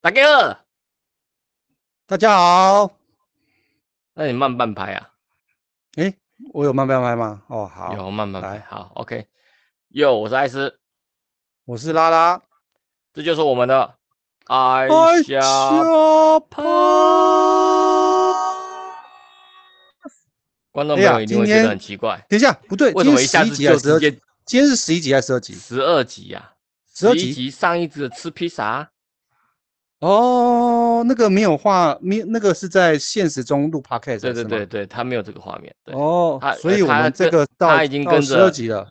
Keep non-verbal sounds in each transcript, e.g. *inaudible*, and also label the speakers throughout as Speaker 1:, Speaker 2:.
Speaker 1: 大哥，二，
Speaker 2: 大家好，
Speaker 1: 那你慢半拍啊，
Speaker 2: 诶，我有慢半拍吗？哦，好，
Speaker 1: 有慢半拍
Speaker 2: 来，
Speaker 1: 好，OK。哟，我是艾斯，
Speaker 2: 我是拉拉，
Speaker 1: 这就是我们的艾
Speaker 2: 哎
Speaker 1: 瞎
Speaker 2: 下
Speaker 1: 拍
Speaker 2: 拍。
Speaker 1: 观众
Speaker 2: 哎
Speaker 1: 朋
Speaker 2: 呀
Speaker 1: 友一定会
Speaker 2: 今
Speaker 1: 觉得
Speaker 2: 天
Speaker 1: 很奇怪，
Speaker 2: 等一下，不对，
Speaker 1: 为什
Speaker 2: 今
Speaker 1: 么
Speaker 2: 天
Speaker 1: 一下
Speaker 2: 11
Speaker 1: 子就是直接
Speaker 2: 集还十二集？今天是十一集还是十二集？
Speaker 1: 十二集呀、
Speaker 2: 十二
Speaker 1: 11
Speaker 2: 集
Speaker 1: 集上一集的吃披萨，
Speaker 2: 哦，那个没有画，没有那个是在现实中录 podcast，
Speaker 1: 对对
Speaker 2: 是吗
Speaker 1: 对对，他没有这个画面，对，
Speaker 2: 哦
Speaker 1: 他，
Speaker 2: 所以我
Speaker 1: 他
Speaker 2: 们这
Speaker 1: 跟
Speaker 2: 个到
Speaker 1: 他已经
Speaker 2: 到
Speaker 1: 跟
Speaker 2: 十二
Speaker 1: 着
Speaker 2: 集了。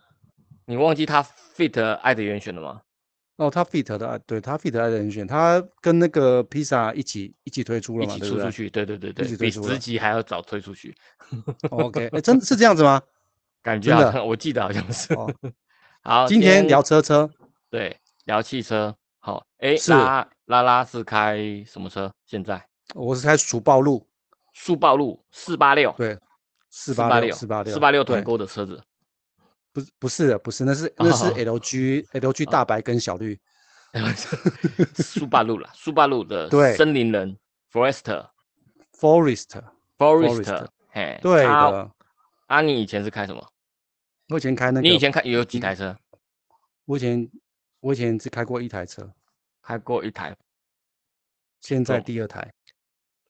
Speaker 1: 你忘记他 fit 爱的源泉了吗？
Speaker 2: 哦，他 fit 的啊，对他 fit 的人选，他跟那个披萨一起一起推出
Speaker 1: 一
Speaker 2: 了嘛，
Speaker 1: 起
Speaker 2: 啊对
Speaker 1: 出
Speaker 2: 不
Speaker 1: 出
Speaker 2: 对
Speaker 1: 去，对对对
Speaker 2: 一
Speaker 1: 对，
Speaker 2: 起
Speaker 1: 比
Speaker 2: 推出
Speaker 1: 十
Speaker 2: 了
Speaker 1: 集还要早推出去，
Speaker 2: ？OK，哎，真是这样子吗？
Speaker 1: 感觉
Speaker 2: 真
Speaker 1: 好
Speaker 2: 的
Speaker 1: 像我记得好像是。
Speaker 2: 哦
Speaker 1: 好，
Speaker 2: 今天聊车车，
Speaker 1: 对聊汽车，好，哎，
Speaker 2: 是
Speaker 1: 拉拉拉是开什么车？现在
Speaker 2: 我是开蜀暴路，
Speaker 1: 速暴路四八六，
Speaker 2: 对，四
Speaker 1: 八
Speaker 2: 六，
Speaker 1: 六，
Speaker 2: 四八六，
Speaker 1: 四八六团
Speaker 2: 对
Speaker 1: 购的车子，
Speaker 2: 不是不是的，不是，那是那是
Speaker 1: 哦
Speaker 2: LG、LG 大白跟小绿，
Speaker 1: 速八路啦，速八路的
Speaker 2: 对
Speaker 1: 森林人 Forester
Speaker 2: Forest，Forester，
Speaker 1: Forester，嘿，
Speaker 2: 对
Speaker 1: 啊
Speaker 2: 的。
Speaker 1: 啊，你以前是开什么？
Speaker 2: 我以前开那个，
Speaker 1: 你以前开有几
Speaker 2: 嗯
Speaker 1: 台车？
Speaker 2: 我以前我以前只开过一台车，
Speaker 1: 开过一台
Speaker 2: 现在
Speaker 1: 哦
Speaker 2: 第二台。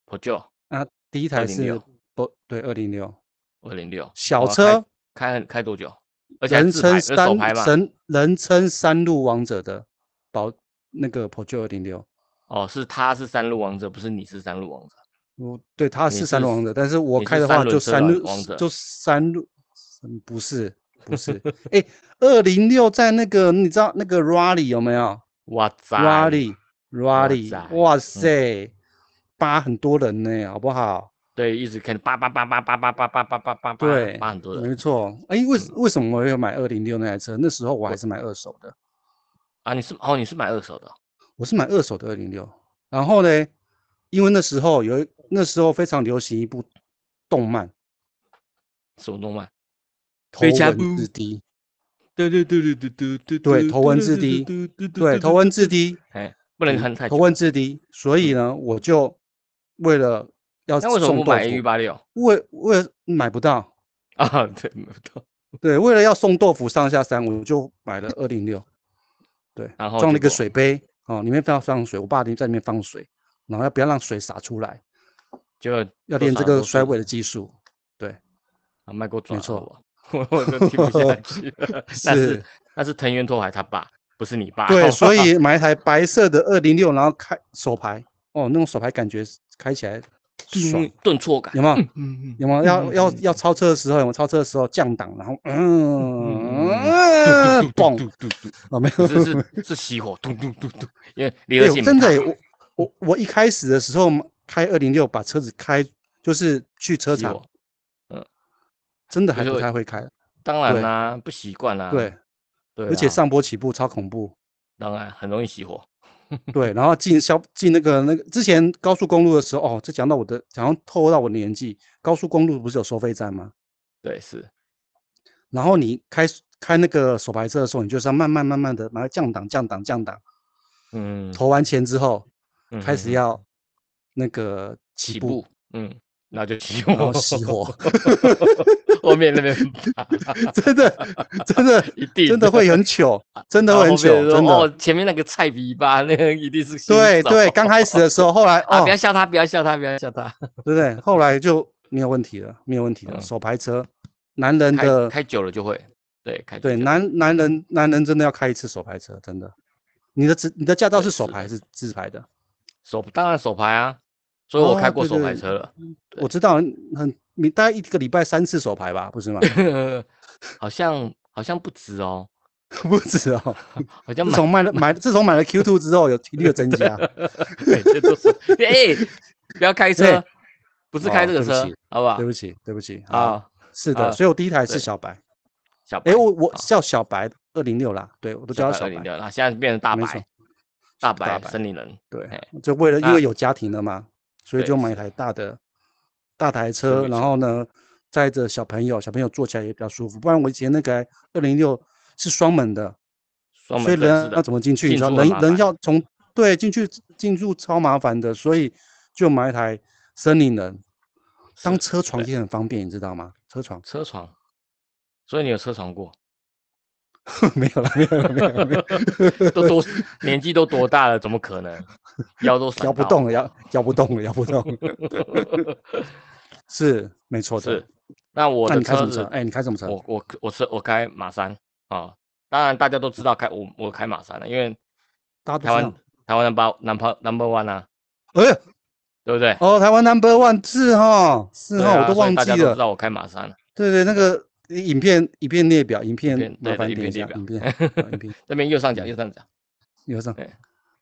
Speaker 1: p o j o
Speaker 2: 那、第一台是
Speaker 1: 206
Speaker 2: 不对，二零六
Speaker 1: 二零六
Speaker 2: 小车，
Speaker 1: 哦开很开多久？而且还
Speaker 2: 人
Speaker 1: 自排
Speaker 2: 称
Speaker 1: 呃手
Speaker 2: 三
Speaker 1: 排嘛，
Speaker 2: 神人称三路王者的宝那个 p o j o 二零六，
Speaker 1: 哦，是他是三路王者，不是你是三路王者。
Speaker 2: 我对它
Speaker 1: 你
Speaker 2: 是三
Speaker 1: 是
Speaker 2: 路王者，但是我
Speaker 1: 你
Speaker 2: 开
Speaker 1: 是
Speaker 2: 的
Speaker 1: 三
Speaker 2: 话
Speaker 1: 轮
Speaker 2: 就
Speaker 1: 车
Speaker 2: 三
Speaker 1: 王
Speaker 2: 路
Speaker 1: 王者
Speaker 2: 就三路，嗯不是不是，哎，二零六在那个你知道那个 Rally 有没有
Speaker 1: 哇塞
Speaker 2: ？Rally
Speaker 1: 塞嗯
Speaker 2: Rally，哇塞，扒很多人呢，好不好？
Speaker 1: 对，一直看叭叭叭叭叭叭叭叭叭叭叭叭，
Speaker 2: 对
Speaker 1: 叭很多人
Speaker 2: 没错，哎，
Speaker 1: 嗯
Speaker 2: 为什为什么我要买二零六那台车？那时候我还是买二手的，
Speaker 1: 啊。你是哦，你是买二手的哦，
Speaker 2: 我是买二手的二零六。然后呢，因为那时候有一那时候非常流行一部动漫《
Speaker 1: 什么动漫？
Speaker 2: 头
Speaker 1: 飞加
Speaker 2: 文
Speaker 1: 布
Speaker 2: 字 D》。
Speaker 1: 对对对对对对对
Speaker 2: 对头文字 D，对，头文字 D，
Speaker 1: 哎，不能
Speaker 2: 嗯
Speaker 1: 看太
Speaker 2: 头
Speaker 1: 久嗯
Speaker 2: 文字 D，所以呢，我就为了要
Speaker 1: 那为什么
Speaker 2: 送
Speaker 1: 不
Speaker 2: 豆
Speaker 1: 买 A
Speaker 2: 腐
Speaker 1: 1，八六
Speaker 2: 为为了买不到，
Speaker 1: 啊？对，买不到。
Speaker 2: 对，为了要送豆腐上下山，我就买了二零
Speaker 1: *laughs*
Speaker 2: 六，对，
Speaker 1: 然后
Speaker 2: 装了一
Speaker 1: 结
Speaker 2: 个
Speaker 1: 果
Speaker 2: 水杯，哦，里面放放水，我爸在里面放水，然后要不要让水洒出来，
Speaker 1: 就
Speaker 2: 要练这个甩尾的技术，
Speaker 1: 啊，麦过转
Speaker 2: 没错
Speaker 1: 了我，我我都听不下去了。 *laughs* 那是
Speaker 2: 是
Speaker 1: 那是藤原拓海他爸，不是你爸。
Speaker 2: 对，所以买一台白色的二零六，然后开手排，哦，那种手排感觉开起来爽，
Speaker 1: 顿挫感
Speaker 2: 有没有？
Speaker 1: 嗯
Speaker 2: 有没有要要要超车的时候？有没有超车的时候降档，然后
Speaker 1: 嗯咚
Speaker 2: 嗯，嘣
Speaker 1: 咚咚咚，
Speaker 2: 啊没
Speaker 1: 可
Speaker 2: 有？
Speaker 1: 是是是熄火，咚咚咚咚，因为离合
Speaker 2: 有
Speaker 1: 器没
Speaker 2: 真的
Speaker 1: 打
Speaker 2: 欸，我我我一开始的时候开二零六把车子开，就是去车
Speaker 1: 熄
Speaker 2: 厂
Speaker 1: 火，嗯，
Speaker 2: 真的
Speaker 1: 就
Speaker 2: 还
Speaker 1: 是
Speaker 2: 不
Speaker 1: 会
Speaker 2: 太会开，
Speaker 1: 当然
Speaker 2: 对
Speaker 1: 啦、不习惯啦。
Speaker 2: 对，
Speaker 1: 啊对啊啦，
Speaker 2: 而且上坡起步超
Speaker 1: *laughs*
Speaker 2: 恐怖，
Speaker 1: 当然很容易熄火。
Speaker 2: 对，然后进消进那个那个之前高速公路的时候，哦，这讲到我的，好像透露到我的年纪，高速公路不是有收费站吗？
Speaker 1: 对，是
Speaker 2: 然后你开开那个手排车的时候，你就是要慢慢慢慢的，然后降档降档降档。
Speaker 1: 嗯，
Speaker 2: 投完钱之后，
Speaker 1: 嗯
Speaker 2: 开
Speaker 1: 嗯
Speaker 2: 始
Speaker 1: 嗯
Speaker 2: 要那个
Speaker 1: 起
Speaker 2: 起步
Speaker 1: 步，，嗯，那就熄
Speaker 2: 然后
Speaker 1: 火，
Speaker 2: 熄火，
Speaker 1: *laughs* 后面那边
Speaker 2: *laughs* 真的
Speaker 1: *laughs*
Speaker 2: 真的
Speaker 1: 一定
Speaker 2: 真的会很
Speaker 1: *laughs*
Speaker 2: 糗，真的
Speaker 1: 然后
Speaker 2: 会很
Speaker 1: 后面
Speaker 2: 糗，
Speaker 1: 说
Speaker 2: 真
Speaker 1: 哦
Speaker 2: 的。，
Speaker 1: 前面那个菜逼吧，那个一定是新
Speaker 2: 对
Speaker 1: 手
Speaker 2: 对，刚开始的时候，后来
Speaker 1: *laughs* 啊，
Speaker 2: 哦
Speaker 1: 不，要笑他，不要笑他，不要笑他，
Speaker 2: 对不对？后来就没有问题了，没有问题了。
Speaker 1: 嗯
Speaker 2: 手排车，男人
Speaker 1: 开
Speaker 2: 的
Speaker 1: 开久了就会，对，开久
Speaker 2: 对
Speaker 1: 就
Speaker 2: 男男人男人真的要开一次手排车，真的。你的执你的驾照
Speaker 1: 对
Speaker 2: 是手
Speaker 1: 是
Speaker 2: 排还
Speaker 1: 的
Speaker 2: 是自排的？
Speaker 1: 手当然手牌啊，所以我
Speaker 2: 哦
Speaker 1: 开过
Speaker 2: 对
Speaker 1: 手
Speaker 2: 对
Speaker 1: 牌车了，对
Speaker 2: 我知道，很你大概一个礼拜三次手排吧，不是吗？ *laughs*
Speaker 1: *laughs* 好像好像不止哦，
Speaker 2: 不止哦。
Speaker 1: 好像
Speaker 2: 自
Speaker 1: 蛮 *laughs*
Speaker 2: 从卖了买，自从买了 Q two 之后，有频率的增加。
Speaker 1: 对，这都是哎、不要开车
Speaker 2: 对，
Speaker 1: 不是开
Speaker 2: 哦
Speaker 1: 这个
Speaker 2: 对不
Speaker 1: 车，
Speaker 2: 起
Speaker 1: 好不好
Speaker 2: 对？不起，对不起啊，
Speaker 1: 啊，
Speaker 2: 是
Speaker 1: 啊
Speaker 2: 的，所以我第一台是
Speaker 1: 对
Speaker 2: 小白，
Speaker 1: 小白，
Speaker 2: 哎，我我
Speaker 1: 好
Speaker 2: 叫小白二零六啦，对我都叫他小
Speaker 1: 二零
Speaker 2: 白，
Speaker 1: 六，那现在变成大
Speaker 2: 没
Speaker 1: 白
Speaker 2: 错，
Speaker 1: 大
Speaker 2: 大
Speaker 1: 白
Speaker 2: 白
Speaker 1: 森林人，
Speaker 2: 对
Speaker 1: 哎，
Speaker 2: 就为了因
Speaker 1: 那
Speaker 2: 为有家庭了嘛，所以
Speaker 1: 对
Speaker 2: 就是买一台大的大台
Speaker 1: 没
Speaker 2: 车，
Speaker 1: 错
Speaker 2: 然后呢载着小朋友，小朋友坐起来也比较舒服，不然我以前那个二零六是双门的，
Speaker 1: 双
Speaker 2: 所以
Speaker 1: 门正式
Speaker 2: 人
Speaker 1: 的
Speaker 2: 要怎么进去？
Speaker 1: 进
Speaker 2: 你知道
Speaker 1: 出很
Speaker 2: 人
Speaker 1: 麻
Speaker 2: 人
Speaker 1: 烦
Speaker 2: 要从对，进去进入超麻烦的，所以就买一台森林人，当
Speaker 1: 是
Speaker 2: 车床
Speaker 1: 对
Speaker 2: 也很方便，你知道吗？车床 *laughs*
Speaker 1: 车床，所以你有车床过？
Speaker 2: 没有了，没有了，没有了，没有 *laughs* 了
Speaker 1: 都多年纪都多大了，怎么可能腰
Speaker 2: *laughs*
Speaker 1: 都闪
Speaker 2: 摇不
Speaker 1: 到
Speaker 2: 动了，摇摇不动了， *laughs* 摇不
Speaker 1: *laughs*
Speaker 2: 动了，是没错的
Speaker 1: 是。，那我
Speaker 2: 那
Speaker 1: 的
Speaker 2: 你开什
Speaker 1: 车
Speaker 2: 么车
Speaker 1: 子，？
Speaker 2: 哎，你开什么车？
Speaker 1: 我我我车我开马三啊，当然大家都知道开我我开马三了，因为
Speaker 2: 大家
Speaker 1: 台
Speaker 2: 都知
Speaker 1: 湾
Speaker 2: 道。
Speaker 1: 台湾 number number number one 啊，
Speaker 2: 哎呀，
Speaker 1: 对不对？
Speaker 2: 哦，台湾 Number One 是哈，是
Speaker 1: 对
Speaker 2: 哈，
Speaker 1: 啊
Speaker 2: 我都
Speaker 1: 所以
Speaker 2: 忘
Speaker 1: 大
Speaker 2: 记
Speaker 1: 家都知
Speaker 2: 了。
Speaker 1: 道我开马三了，
Speaker 2: 对对，那个影片影片列表，影片
Speaker 1: 片
Speaker 2: 麻
Speaker 1: 对
Speaker 2: 烦
Speaker 1: 对
Speaker 2: 点一
Speaker 1: 影
Speaker 2: 下，
Speaker 1: 片
Speaker 2: 影
Speaker 1: 列
Speaker 2: 片啊影片
Speaker 1: 那边右上角右上角，
Speaker 2: 有上
Speaker 1: *laughs* 对。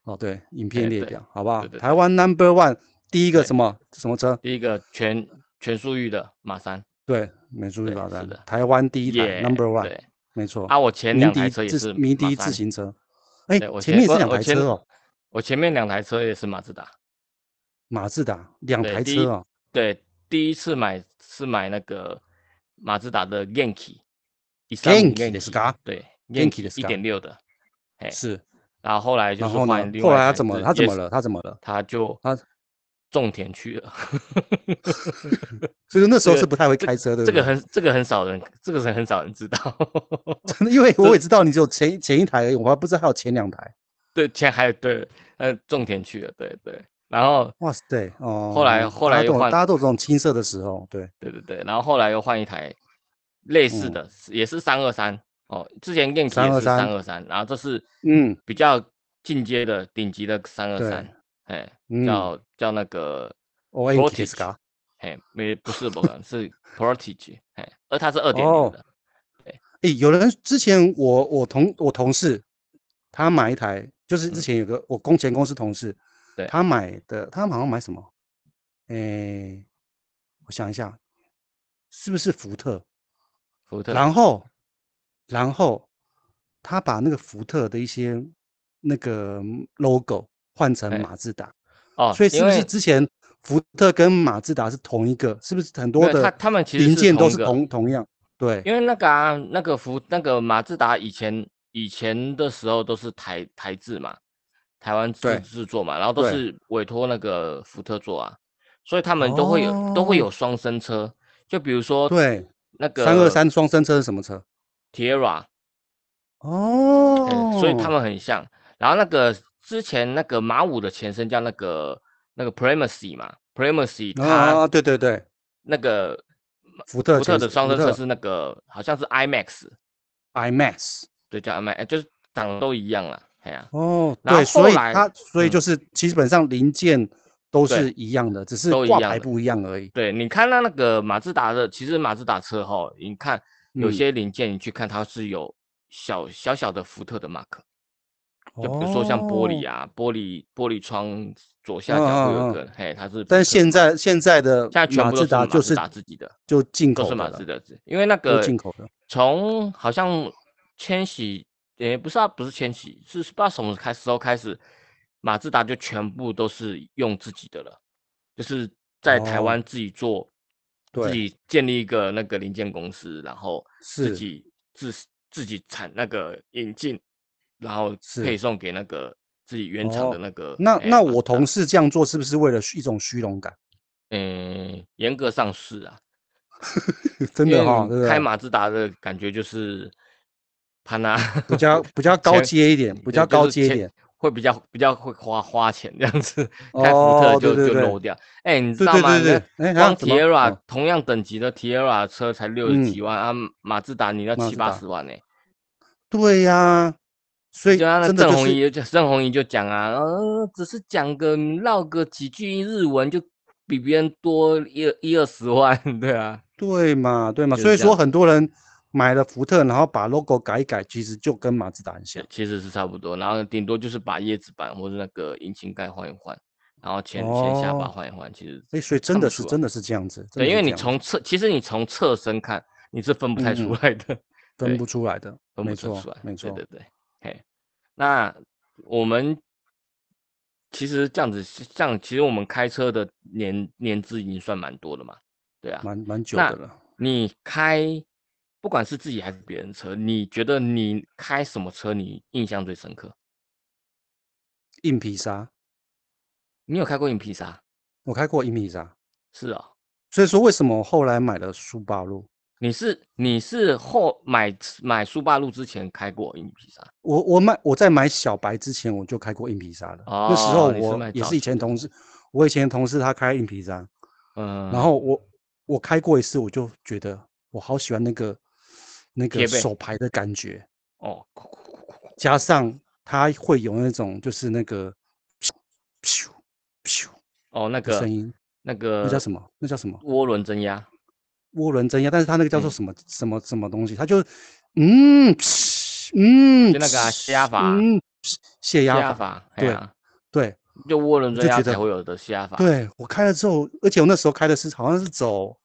Speaker 2: 哦，对，影片
Speaker 1: 哎
Speaker 2: 列
Speaker 1: 对
Speaker 2: 表，好不好
Speaker 1: 对？对
Speaker 2: 台湾 Number One 第一个
Speaker 1: 对
Speaker 2: 什么什么车？
Speaker 1: 第一个全全速域的马三，
Speaker 2: 对，美术
Speaker 1: 对
Speaker 2: 导
Speaker 1: 是
Speaker 2: 弹
Speaker 1: 的，
Speaker 2: 台湾第一台
Speaker 1: 耶
Speaker 2: Number One，
Speaker 1: 对，
Speaker 2: 没错。
Speaker 1: 啊，我前
Speaker 2: 鸣
Speaker 1: 两台
Speaker 2: 笛
Speaker 1: 车也
Speaker 2: 自
Speaker 1: 是
Speaker 2: 鸣
Speaker 1: 马
Speaker 2: 笛
Speaker 1: 三
Speaker 2: 自，行车，哎
Speaker 1: 对，我，
Speaker 2: 前面也是
Speaker 1: 我
Speaker 2: 两
Speaker 1: 我
Speaker 2: 台
Speaker 1: 前
Speaker 2: 车哦，
Speaker 1: 我前面两台车也是马自达，
Speaker 2: 马自达两
Speaker 1: 对
Speaker 2: 台
Speaker 1: 第一
Speaker 2: 车哦，
Speaker 1: 对，第一次买是买那个马自达的 Yankee，一三五
Speaker 2: Genki 的
Speaker 1: Yankee，
Speaker 2: Scar
Speaker 1: 对
Speaker 2: Yankee 的
Speaker 1: 一
Speaker 2: Scar
Speaker 1: 点六的，哎
Speaker 2: 是。
Speaker 1: 然后后来就
Speaker 2: 然
Speaker 1: 是
Speaker 2: 后呢
Speaker 1: 换？另
Speaker 2: 后
Speaker 1: 外
Speaker 2: 来
Speaker 1: 一
Speaker 2: 他
Speaker 1: 台
Speaker 2: 怎么
Speaker 1: 是
Speaker 2: 了？他怎
Speaker 1: 也
Speaker 2: 么
Speaker 1: 是
Speaker 2: 了？他怎么了？
Speaker 1: 他就
Speaker 2: 他
Speaker 1: 种田去了，
Speaker 2: 所以那时
Speaker 1: 这
Speaker 2: 候
Speaker 1: 个
Speaker 2: 是不太会开车
Speaker 1: *laughs*
Speaker 2: 的。
Speaker 1: 这个很这个很少人，这个是很少人知道。 *laughs*
Speaker 2: 真 *laughs* 的，因为我也知道你只有前前一台而已，我还不知道还有前两台。
Speaker 1: 对，前还有对，呃，种田去了，对对。然后
Speaker 2: 哇塞，哦，
Speaker 1: 来后来
Speaker 2: 大家
Speaker 1: 又
Speaker 2: 都有
Speaker 1: 换
Speaker 2: 大家都有这种青涩的时候，对，
Speaker 1: 对对对，然后后来又换一台类似
Speaker 2: 嗯
Speaker 1: 的，也是三二三哦，之前 Yankee 也是
Speaker 2: 323
Speaker 1: 三二三，然后这是
Speaker 2: 嗯
Speaker 1: 比较进阶的顶级的三二
Speaker 2: 对
Speaker 1: 三，哎，
Speaker 2: 嗯，
Speaker 1: 叫、叫那个
Speaker 2: 哦，哎，
Speaker 1: Voltage
Speaker 2: 斯卡，
Speaker 1: 哎，没不是不可能是 Portage，哎，而它是二点
Speaker 2: 哦
Speaker 1: 零的，
Speaker 2: 哎，有人之前我我同我同事，他买一台，就是
Speaker 1: 嗯
Speaker 2: 之前有个我工前公司同事，
Speaker 1: 对
Speaker 2: 他买的，他好像买什么？哎，我想一下，是不是福特？
Speaker 1: 福特，
Speaker 2: 然后，然后他把那个福特的一些那个 logo 换成
Speaker 1: 哎
Speaker 2: 马自达，
Speaker 1: 哦，
Speaker 2: 所以是
Speaker 1: 因
Speaker 2: 不是
Speaker 1: 为
Speaker 2: 之前福特跟马自达是同一个？是不是很多
Speaker 1: 没有它
Speaker 2: 的
Speaker 1: 它们其实
Speaker 2: 零
Speaker 1: 是
Speaker 2: 件都
Speaker 1: 同
Speaker 2: 是
Speaker 1: 一个
Speaker 2: 同同样？对，
Speaker 1: 因为那个啊，那个福那个马自达以前以前的时候都是台台制嘛，台湾
Speaker 2: 对
Speaker 1: 制制作嘛，然后都
Speaker 2: 对
Speaker 1: 是委托那个福特做啊，所以他们都会有、都会有
Speaker 2: 哦
Speaker 1: 双生车，就比如说
Speaker 2: 对
Speaker 1: 那个
Speaker 2: 三二三双生车是什么车？
Speaker 1: Tierra，
Speaker 2: 哦
Speaker 1: 嗯，，哎所以他们很像。然后那个之前那个马五的前身叫那个那个 Primacy 嘛，Primacy 它
Speaker 2: 啊，对对对，
Speaker 1: 那个
Speaker 2: 福特
Speaker 1: 福特的
Speaker 2: 前身
Speaker 1: 双
Speaker 2: 福
Speaker 1: 生车
Speaker 2: 特
Speaker 1: 是那个好像是 IMAX，
Speaker 2: IMAX。
Speaker 1: 对，叫 IMAX，就是哎长得都一样啦，哎呀、
Speaker 2: 哦，
Speaker 1: 然
Speaker 2: 对，
Speaker 1: 后后
Speaker 2: 所以
Speaker 1: 来
Speaker 2: 它所以就
Speaker 1: 嗯
Speaker 2: 是基本上零件都
Speaker 1: 对
Speaker 2: 是一样的，只是
Speaker 1: 都一
Speaker 2: 挂
Speaker 1: 样
Speaker 2: 牌
Speaker 1: 的
Speaker 2: 不一样而已。
Speaker 1: 对，你看到那个马自达的，其实马自达车哈，你看有
Speaker 2: 嗯
Speaker 1: 些零件，你去看它是有小小小的福特的 mark，就比如说像玻璃
Speaker 2: 啊。
Speaker 1: 啊，玻璃玻璃窗左下角会有
Speaker 2: 嗯嗯
Speaker 1: 一个，嘿，它是福特的 mark。
Speaker 2: 但是现在现在的
Speaker 1: 在全
Speaker 2: 马
Speaker 1: 部都
Speaker 2: 自
Speaker 1: 是
Speaker 2: 达
Speaker 1: 马
Speaker 2: 就
Speaker 1: 自
Speaker 2: 是
Speaker 1: 达自己的，
Speaker 2: 就进口
Speaker 1: 都是
Speaker 2: 的
Speaker 1: 马
Speaker 2: 了
Speaker 1: 自达自，因为那个
Speaker 2: 进口的
Speaker 1: 从好像千禧，诶、不是啊，不是千禧，是不知道什么开时候开始，马自达就全部都是用自己的了，就是在台
Speaker 2: 哦
Speaker 1: 湾自己做，自
Speaker 2: 对
Speaker 1: 己建立一个那个零件公司，然后自
Speaker 2: 是
Speaker 1: 己自自己产那个引进，然后
Speaker 2: 是
Speaker 1: 配送给那个自己原厂的
Speaker 2: 哦
Speaker 1: 那个。
Speaker 2: 那
Speaker 1: 诶
Speaker 2: 那
Speaker 1: 马
Speaker 2: 我
Speaker 1: 自达
Speaker 2: 同事这样做是不是为了虚一种虚荣感？ *laughs*
Speaker 1: 嗯，严格上是啊，
Speaker 2: 真
Speaker 1: 因
Speaker 2: 的
Speaker 1: 为
Speaker 2: 哈，
Speaker 1: 你
Speaker 2: 对不
Speaker 1: 开
Speaker 2: 对？
Speaker 1: 马自达的感觉就是潘娜
Speaker 2: 比较比较高
Speaker 1: 前
Speaker 2: 阶一点，比
Speaker 1: 对
Speaker 2: 较
Speaker 1: 就
Speaker 2: 高
Speaker 1: 是
Speaker 2: 阶一
Speaker 1: 前
Speaker 2: 点。
Speaker 1: 会比较比较会花花钱这样子，开福特
Speaker 2: 哦，对
Speaker 1: 就
Speaker 2: 对
Speaker 1: 就
Speaker 2: 对，
Speaker 1: 漏掉。哎，你知
Speaker 2: 对
Speaker 1: 道
Speaker 2: 对
Speaker 1: 吗？
Speaker 2: 对对
Speaker 1: 那
Speaker 2: 对，哎，还有
Speaker 1: 光
Speaker 2: 什么
Speaker 1: Tierra
Speaker 2: 哦
Speaker 1: 同样等级的 Tierra 车才六
Speaker 2: 嗯
Speaker 1: 十几万啊，马自达你要
Speaker 2: 马
Speaker 1: 七
Speaker 2: 自
Speaker 1: 八
Speaker 2: 达
Speaker 1: 十万呢。
Speaker 2: 对呀，所以
Speaker 1: 就像那
Speaker 2: 哎真的
Speaker 1: 郑
Speaker 2: 就
Speaker 1: 红
Speaker 2: 是
Speaker 1: 怡就郑红怡就讲啊，呃，只是讲个唠个几句日文就比别人多一一二十万， *laughs* 对啊，
Speaker 2: 对嘛对嘛，
Speaker 1: 就是
Speaker 2: 所以
Speaker 1: 这
Speaker 2: 说
Speaker 1: 样
Speaker 2: 很多人买了福特，然后把 logo 改一改，其实就跟马自达很像
Speaker 1: 对。其实是差不多，然后顶多就是把叶子板或者那个引擎盖换一换，然后前前下巴
Speaker 2: 哦
Speaker 1: 换一换，其实
Speaker 2: 哎，所以真
Speaker 1: 看
Speaker 2: 的
Speaker 1: 不出
Speaker 2: 是
Speaker 1: 来
Speaker 2: 真的是这样子，真
Speaker 1: 对，
Speaker 2: 的
Speaker 1: 因
Speaker 2: 是
Speaker 1: 为
Speaker 2: 这
Speaker 1: 你
Speaker 2: 样子
Speaker 1: 从侧，其实你从侧身看你是分不太出
Speaker 2: 嗯
Speaker 1: 来的，
Speaker 2: 分
Speaker 1: 对
Speaker 2: 不出来的，
Speaker 1: 分
Speaker 2: 没
Speaker 1: 不出
Speaker 2: 错
Speaker 1: 出来，
Speaker 2: 没错
Speaker 1: 对对，对，嘿，那我们其实这样子，这样其实我们开车的年年资已经算蛮多了嘛，对啊，
Speaker 2: 蛮蛮久
Speaker 1: 那
Speaker 2: 的了。
Speaker 1: 你开不管是自己还是别人车，你觉得你开什么车你印象最深刻？
Speaker 2: 硬皮沙，
Speaker 1: 你有开过硬皮沙？
Speaker 2: 我开过硬皮沙，
Speaker 1: 是哦，
Speaker 2: 所以说为什么我后来买了苏巴路？
Speaker 1: 你是你是后买买苏巴路之前开过硬皮沙，
Speaker 2: 我我买我在买小白之前我就开过硬皮沙了，那时候
Speaker 1: 哦你是
Speaker 2: 我
Speaker 1: 卖
Speaker 2: 也
Speaker 1: 早
Speaker 2: 是以
Speaker 1: 期
Speaker 2: 前同事，我以前同事他开硬皮沙，
Speaker 1: 嗯，
Speaker 2: 然后我我开过一次，我就觉得我好喜欢那个那
Speaker 1: 贴
Speaker 2: 个
Speaker 1: 背
Speaker 2: 手牌的感觉，
Speaker 1: 哦，
Speaker 2: 加上它会有那种就是那个咻咻
Speaker 1: 哦那
Speaker 2: 的
Speaker 1: 个
Speaker 2: 声音，
Speaker 1: 那个
Speaker 2: 那叫什么？那叫什么？
Speaker 1: 涡轮增压，
Speaker 2: 涡轮增压，但是它那个叫做
Speaker 1: 嗯
Speaker 2: 什么、什么什么东西？它就嗯嗯，
Speaker 1: 就那个啊泄压法
Speaker 2: 嗯，泄
Speaker 1: 气
Speaker 2: 压
Speaker 1: 压
Speaker 2: 法，
Speaker 1: 法，哎
Speaker 2: 对
Speaker 1: 呀
Speaker 2: 对
Speaker 1: 就涡轮
Speaker 2: 就
Speaker 1: 增压
Speaker 2: 觉得
Speaker 1: 才会有的气压法，
Speaker 2: 对，我开了之后，而且我那时候开的是好像是走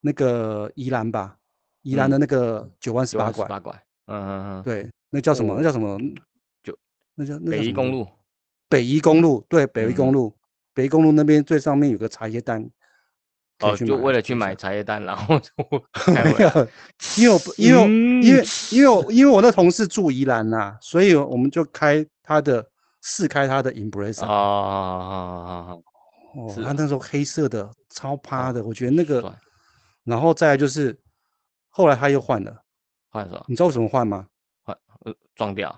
Speaker 2: 那个宜兰吧，宜兰的
Speaker 1: 嗯
Speaker 2: 那个九弯十
Speaker 1: 九万
Speaker 2: 八
Speaker 1: 十
Speaker 2: 拐，
Speaker 1: 八拐，嗯嗯嗯，
Speaker 2: 对，那叫什么？那叫什么？
Speaker 1: 就
Speaker 2: 那叫那叫
Speaker 1: 北
Speaker 2: 什
Speaker 1: 宜
Speaker 2: 么
Speaker 1: 公
Speaker 2: 路
Speaker 1: 路，
Speaker 2: 北宜公路，对，北宜公
Speaker 1: 嗯
Speaker 2: 路，北宜公路那边最上面有个茶叶蛋，可以
Speaker 1: 哦，
Speaker 2: 去
Speaker 1: 就
Speaker 2: 买
Speaker 1: 为了去
Speaker 2: 一下
Speaker 1: 买茶叶蛋，然
Speaker 2: *laughs*
Speaker 1: 后就开
Speaker 2: 没
Speaker 1: 回
Speaker 2: *laughs*
Speaker 1: 来
Speaker 2: 有，因为我不因为我因为
Speaker 1: 嗯
Speaker 2: 因为我因为我的同事住宜兰呐、所以我们就开他的试开他的 Embrace，、
Speaker 1: 哦哦，
Speaker 2: 哦
Speaker 1: 是，
Speaker 2: 他
Speaker 1: 啊
Speaker 2: 那时候黑色的超趴
Speaker 1: 哦
Speaker 2: 的，我觉得那个
Speaker 1: 帅，
Speaker 2: 然后再来就是后来他又换了，
Speaker 1: 换什么？
Speaker 2: 你知道为什么换吗？
Speaker 1: 换呃撞掉，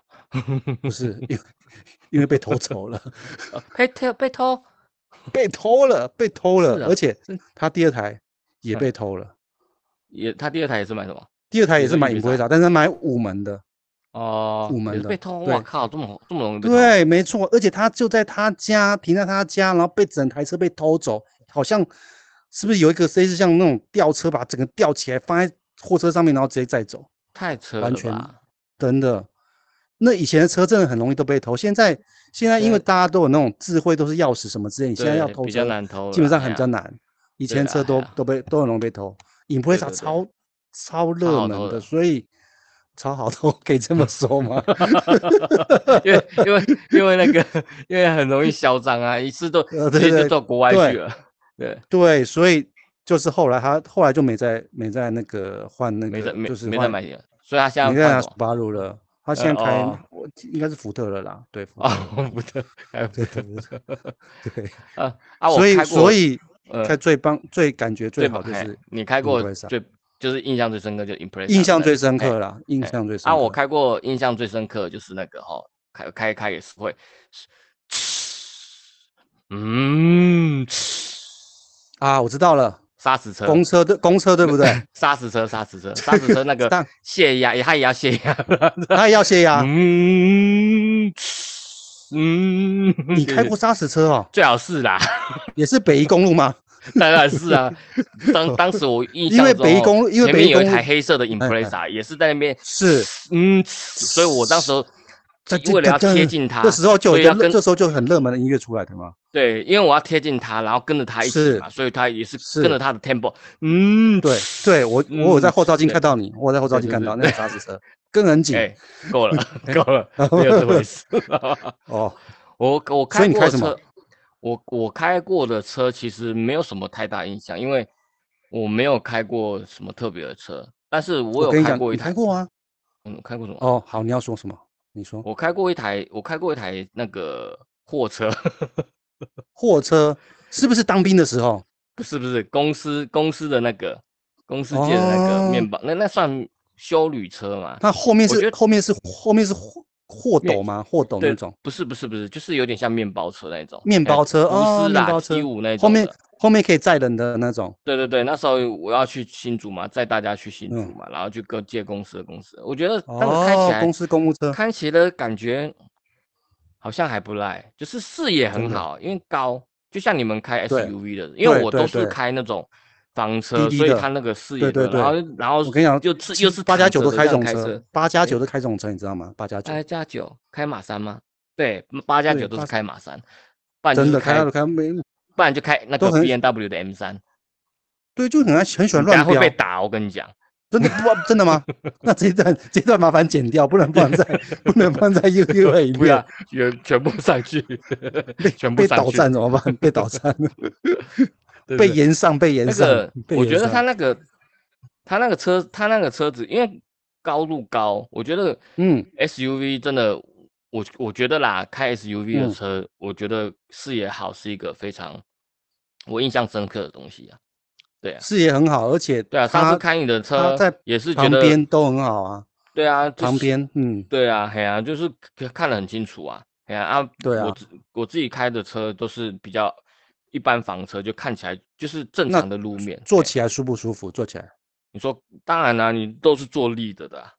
Speaker 1: *laughs*
Speaker 2: 不是因为因为被偷走了，
Speaker 1: 呃被偷被偷，
Speaker 2: 被偷了，被偷
Speaker 1: 是
Speaker 2: 了，
Speaker 1: 啊
Speaker 2: 而且
Speaker 1: 是
Speaker 2: 他第二台也
Speaker 1: 嗯
Speaker 2: 被偷了，
Speaker 1: 也他第二台也是买什么？
Speaker 2: 第二台
Speaker 1: 你
Speaker 2: 也
Speaker 1: 说
Speaker 2: 是买
Speaker 1: 玉
Speaker 2: e
Speaker 1: 米
Speaker 2: m b r a
Speaker 1: 沙
Speaker 2: c 但是他买五门的，
Speaker 1: 哦，
Speaker 2: 虎
Speaker 1: 也
Speaker 2: 门
Speaker 1: 是
Speaker 2: 的
Speaker 1: 被偷，
Speaker 2: 对
Speaker 1: 哇靠，这么这么容易被偷？
Speaker 2: 对，没错，而且他就在他家停在他家，然后被整台车被偷走，好像是不是有一个类似像那种吊车，把整个吊起来放在货车上面，然后直接载走？
Speaker 1: 太扯
Speaker 2: 完
Speaker 1: 了
Speaker 2: 全
Speaker 1: 吧？
Speaker 2: 真的，那以前的车真的很容易都被偷，现在现在因为
Speaker 1: 对
Speaker 2: 大家都有那种智慧，都是钥匙什么之类，你现在要
Speaker 1: 对
Speaker 2: 偷
Speaker 1: 比较
Speaker 2: 车
Speaker 1: 难偷
Speaker 2: 基
Speaker 1: 啦
Speaker 2: 本上
Speaker 1: 哎
Speaker 2: 很比
Speaker 1: 呀
Speaker 2: 较难，以
Speaker 1: 对
Speaker 2: 前
Speaker 1: 啦
Speaker 2: 车
Speaker 1: 哎
Speaker 2: 都
Speaker 1: 呀
Speaker 2: 都被都很容易被偷 i m p r e s
Speaker 1: 对对对
Speaker 2: 超超
Speaker 1: 超
Speaker 2: 热
Speaker 1: 好
Speaker 2: 门
Speaker 1: 偷
Speaker 2: 的，
Speaker 1: 的
Speaker 2: 所以超好偷，可以
Speaker 1: *laughs*
Speaker 2: 这么说吗？
Speaker 1: *laughs* 因为因为因为那个因为很容易嚣张啊，一次都
Speaker 2: 呃
Speaker 1: 直
Speaker 2: 对
Speaker 1: 接就
Speaker 2: 对
Speaker 1: 到国外
Speaker 2: 对
Speaker 1: 去了，对，
Speaker 2: 对，所以就是后来他后来就没在没在那个换那
Speaker 1: 没在
Speaker 2: 个，
Speaker 1: 没
Speaker 2: 就是
Speaker 1: 没再
Speaker 2: 换
Speaker 1: 买，所以他现
Speaker 2: 没
Speaker 1: 在
Speaker 2: 在
Speaker 1: 换
Speaker 2: 拿
Speaker 1: 什么？
Speaker 2: 巴鲁了，他
Speaker 1: 呃
Speaker 2: 现在开
Speaker 1: 哦
Speaker 2: 我应该是福特了啦，对，福特
Speaker 1: 啊，我不得，哎，不
Speaker 2: 哦对
Speaker 1: 得，
Speaker 2: 对
Speaker 1: *laughs*
Speaker 2: 对，
Speaker 1: 啊啊！我
Speaker 2: 所以
Speaker 1: 开过
Speaker 2: 所以
Speaker 1: 呃
Speaker 2: 开最棒最感觉最
Speaker 1: 最
Speaker 2: 好
Speaker 1: 棒
Speaker 2: 就
Speaker 1: 嘿
Speaker 2: 是
Speaker 1: 你开过
Speaker 2: Impreza
Speaker 1: 最就是印象最深刻就是 impress，
Speaker 2: 印象最深刻
Speaker 1: 了。
Speaker 2: 啦，印
Speaker 1: 哎
Speaker 2: 象最深刻。
Speaker 1: 啊，我开过印象最深刻就是那个哈，开开开也是会，嗯，
Speaker 2: 啊，我知道了，
Speaker 1: 砂石车，
Speaker 2: 公车对公车对
Speaker 1: *laughs*
Speaker 2: 不对？
Speaker 1: 砂石车，砂石车，砂石车那
Speaker 2: 但
Speaker 1: 个泄压，也它也要泄
Speaker 2: *laughs*
Speaker 1: 压，
Speaker 2: 他哎也要泄压。
Speaker 1: 嗯嗯，
Speaker 2: 你开过砂石车哦？
Speaker 1: 最好是啦。
Speaker 2: 也是北宜公路吗？
Speaker 1: *laughs* 当然是啊，当当时我印
Speaker 2: 因
Speaker 1: 象
Speaker 2: 为
Speaker 1: 中
Speaker 2: 北宜
Speaker 1: 哦
Speaker 2: 公路因为
Speaker 1: 前
Speaker 2: 北
Speaker 1: 面
Speaker 2: 宜
Speaker 1: 有一
Speaker 2: 公
Speaker 1: 台
Speaker 2: 路
Speaker 1: 黑色的
Speaker 2: 哎
Speaker 1: Impreza，也是在那边，
Speaker 2: 是，
Speaker 1: 嗯，所以我当时候
Speaker 2: 这这
Speaker 1: 为了要
Speaker 2: 这
Speaker 1: 贴近它，
Speaker 2: 这时候就有
Speaker 1: 所以
Speaker 2: 一个
Speaker 1: 要
Speaker 2: 热
Speaker 1: 跟
Speaker 2: 这时候就很热门的音乐出来的嘛。
Speaker 1: 对，因为我要贴近它，然后跟着它一起
Speaker 2: 是
Speaker 1: 嘛，所以它也是
Speaker 2: 是
Speaker 1: 跟着它的 tempo，嗯，
Speaker 2: *laughs* 对，对我我有在
Speaker 1: 嗯
Speaker 2: 后照镜
Speaker 1: 对
Speaker 2: 看到你，我有在后照
Speaker 1: 对
Speaker 2: 镜
Speaker 1: 对
Speaker 2: 看
Speaker 1: 对
Speaker 2: 到那
Speaker 1: 对
Speaker 2: 个砂石车跟很紧
Speaker 1: 哎，够
Speaker 2: *laughs*
Speaker 1: 了，够了，没有这回事。 *laughs*
Speaker 2: 哦。
Speaker 1: 我我
Speaker 2: 所以
Speaker 1: 开
Speaker 2: 你
Speaker 1: 过
Speaker 2: 开
Speaker 1: 的
Speaker 2: 什么
Speaker 1: 车，我我开过的车其实没有什么太大印象，因为我没有开过什么特别的车，但是我有
Speaker 2: 跟你
Speaker 1: 开
Speaker 2: 讲，
Speaker 1: 过一
Speaker 2: 你
Speaker 1: 台，
Speaker 2: 开过啊？
Speaker 1: 嗯，开过什么？
Speaker 2: 哦，好，你要说什么？你说
Speaker 1: 我开过一台，我开过一台那个货车， *laughs*
Speaker 2: 货车是不是当兵的时候？
Speaker 1: 不是不是公司公司的那个公司借的那个面
Speaker 2: 哦
Speaker 1: 包，那那算修旅车嘛？
Speaker 2: 那后面
Speaker 1: 我
Speaker 2: 是
Speaker 1: 觉得
Speaker 2: 后面是后面是货货
Speaker 1: 面
Speaker 2: 斗吗？货斗那
Speaker 1: 对
Speaker 2: 种，
Speaker 1: 不是不是不是，就是有点像面包车那种，
Speaker 2: 面
Speaker 1: 哎
Speaker 2: 包车
Speaker 1: 福
Speaker 2: 哦，
Speaker 1: 斯
Speaker 2: 面
Speaker 1: 啦
Speaker 2: 包车
Speaker 1: T 五那种的。
Speaker 2: 后面后面可以载人的那种。
Speaker 1: 对对对，那时候我要去新竹嘛，载大家去新
Speaker 2: 嗯
Speaker 1: 竹嘛，然后去跟借公司的公司，我觉得当时开起
Speaker 2: 哦，
Speaker 1: 来，
Speaker 2: 公司公务车，
Speaker 1: 开起来的感觉好像还不赖，就是视野很
Speaker 2: 真的
Speaker 1: 好，因为高，就像你们开
Speaker 2: 对
Speaker 1: SUV 的，因为
Speaker 2: 对
Speaker 1: 我
Speaker 2: 对
Speaker 1: 都是
Speaker 2: 对
Speaker 1: 开那种房车，
Speaker 2: 滴滴
Speaker 1: 所以
Speaker 2: 的
Speaker 1: 它那个视
Speaker 2: 对
Speaker 1: 野
Speaker 2: 对
Speaker 1: 的，然后然后
Speaker 2: 我跟你讲，
Speaker 1: 哦就是又是
Speaker 2: 八加
Speaker 1: 躺
Speaker 2: 九
Speaker 1: 着
Speaker 2: 都
Speaker 1: 的这
Speaker 2: 开这
Speaker 1: 样
Speaker 2: 种
Speaker 1: 开
Speaker 2: 车
Speaker 1: 车，，
Speaker 2: 八加
Speaker 1: 哎
Speaker 2: 九都开这种车，你知道吗？八加九
Speaker 1: 八，加九开马三吗？对，八加
Speaker 2: 对
Speaker 1: 九都是
Speaker 2: 八
Speaker 1: 开马三，不然就
Speaker 2: 真
Speaker 1: 是
Speaker 2: 的开
Speaker 1: 开
Speaker 2: 到，开没，
Speaker 1: 不然就开那
Speaker 2: 都
Speaker 1: 个
Speaker 2: 很
Speaker 1: B N W 的 M 三，
Speaker 2: 对，就很爱很喜欢
Speaker 1: 你等下
Speaker 2: 乱
Speaker 1: 会
Speaker 2: 飙
Speaker 1: 被，打，我跟你讲。
Speaker 2: 真的不真的吗？ *laughs* 那这一段这一段麻烦剪掉，不
Speaker 1: *laughs*
Speaker 2: 能放在不能放在 YouTube 里
Speaker 1: 不要
Speaker 2: 面，，
Speaker 1: 全全部上去，全部
Speaker 2: 被
Speaker 1: 上
Speaker 2: 倒
Speaker 1: 去。
Speaker 2: 站怎
Speaker 1: *laughs*
Speaker 2: 么办？被倒站，
Speaker 1: 对对
Speaker 2: 被延上，被延
Speaker 1: 那
Speaker 2: 上
Speaker 1: 个，，
Speaker 2: 被
Speaker 1: 我
Speaker 2: 延
Speaker 1: 觉得他
Speaker 2: 上
Speaker 1: 那个，他那个车，他那个车子，因为高度高，我觉得
Speaker 2: 嗯
Speaker 1: SUV 真的我我觉得啦，开 SUV 的
Speaker 2: 嗯
Speaker 1: 车，我觉得视野好是一个非常我印象深刻的东西啊。对啊，
Speaker 2: 视野很好，而且
Speaker 1: 对啊，上
Speaker 2: 它
Speaker 1: 次开你的
Speaker 2: 它
Speaker 1: 车
Speaker 2: 在
Speaker 1: 也是觉
Speaker 2: 旁
Speaker 1: 得，
Speaker 2: 边都很好啊，
Speaker 1: 对啊，就
Speaker 2: 旁
Speaker 1: 是
Speaker 2: 边嗯
Speaker 1: 对啊，嘿啊，就是可看得很清楚啊，嘿啊啊，
Speaker 2: 对
Speaker 1: 我
Speaker 2: 啊
Speaker 1: 自我自己开的车都是比较一般房车，就看起来就是正
Speaker 2: 那
Speaker 1: 常的路面。
Speaker 2: 坐
Speaker 1: 嘿
Speaker 2: 起来舒不舒服？坐起来
Speaker 1: 你说当然啦、你都是坐立着的啊、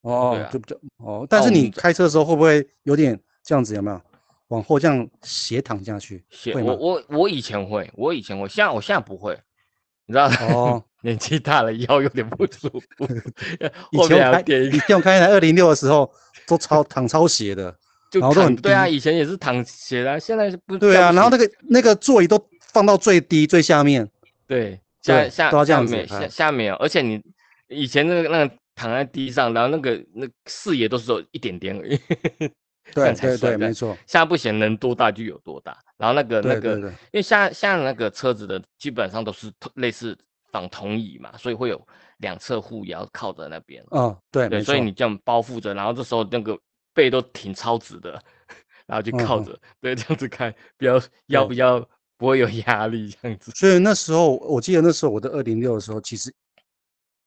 Speaker 2: 哦
Speaker 1: 啊，
Speaker 2: 就比较哦，但是
Speaker 1: 我们
Speaker 2: 你
Speaker 1: 这
Speaker 2: 开车的时候会不会有点这样子？有没有往后这样斜躺下去？
Speaker 1: 斜
Speaker 2: 会
Speaker 1: 我
Speaker 2: 吗？
Speaker 1: 我我以前会，我以前会，现在我现在不会，你知道，
Speaker 2: 哦
Speaker 1: 年纪大了腰有点不舒服，
Speaker 2: *laughs* 以
Speaker 1: 后
Speaker 2: 前
Speaker 1: 面还要
Speaker 2: 我开
Speaker 1: 点一
Speaker 2: 以
Speaker 1: 个，
Speaker 2: 前我开台二零六的时候都超躺超
Speaker 1: *laughs*
Speaker 2: 斜的，
Speaker 1: 就
Speaker 2: 然后都
Speaker 1: 躺
Speaker 2: 很
Speaker 1: 对啊，
Speaker 2: 低
Speaker 1: 以前也是躺斜的啊，现在是不
Speaker 2: 对啊，
Speaker 1: 不
Speaker 2: 然后
Speaker 1: 行
Speaker 2: 那个那个座椅都放到最低最下面，
Speaker 1: 对下
Speaker 2: 对
Speaker 1: 下
Speaker 2: 都要
Speaker 1: 下
Speaker 2: 这样子
Speaker 1: 面下
Speaker 2: 哎
Speaker 1: 下面有，哦而且你以前那个那个躺在地上，然后那个那个视野都是有一点点而已， *laughs* 这
Speaker 2: 对
Speaker 1: 样才帅
Speaker 2: 对对，
Speaker 1: 这样
Speaker 2: 没错，
Speaker 1: 现在不行，能多大就有多大，然后那个那
Speaker 2: 对
Speaker 1: 个
Speaker 2: 对对，
Speaker 1: 因为像像那个车子的基本上都是同类似仿铜椅嘛，所以会有两侧护腰靠在那边，
Speaker 2: 嗯，对，
Speaker 1: 对，
Speaker 2: 没
Speaker 1: 所
Speaker 2: 错
Speaker 1: 以，你这样包覆着，然后这时候那个背都挺超直的，然后就
Speaker 2: 嗯
Speaker 1: 靠
Speaker 2: 哼
Speaker 1: 着，对，这样子开，比较腰比较不会有压力这样子。
Speaker 2: 所以那时候我记得那时候我的二零六的时候，其实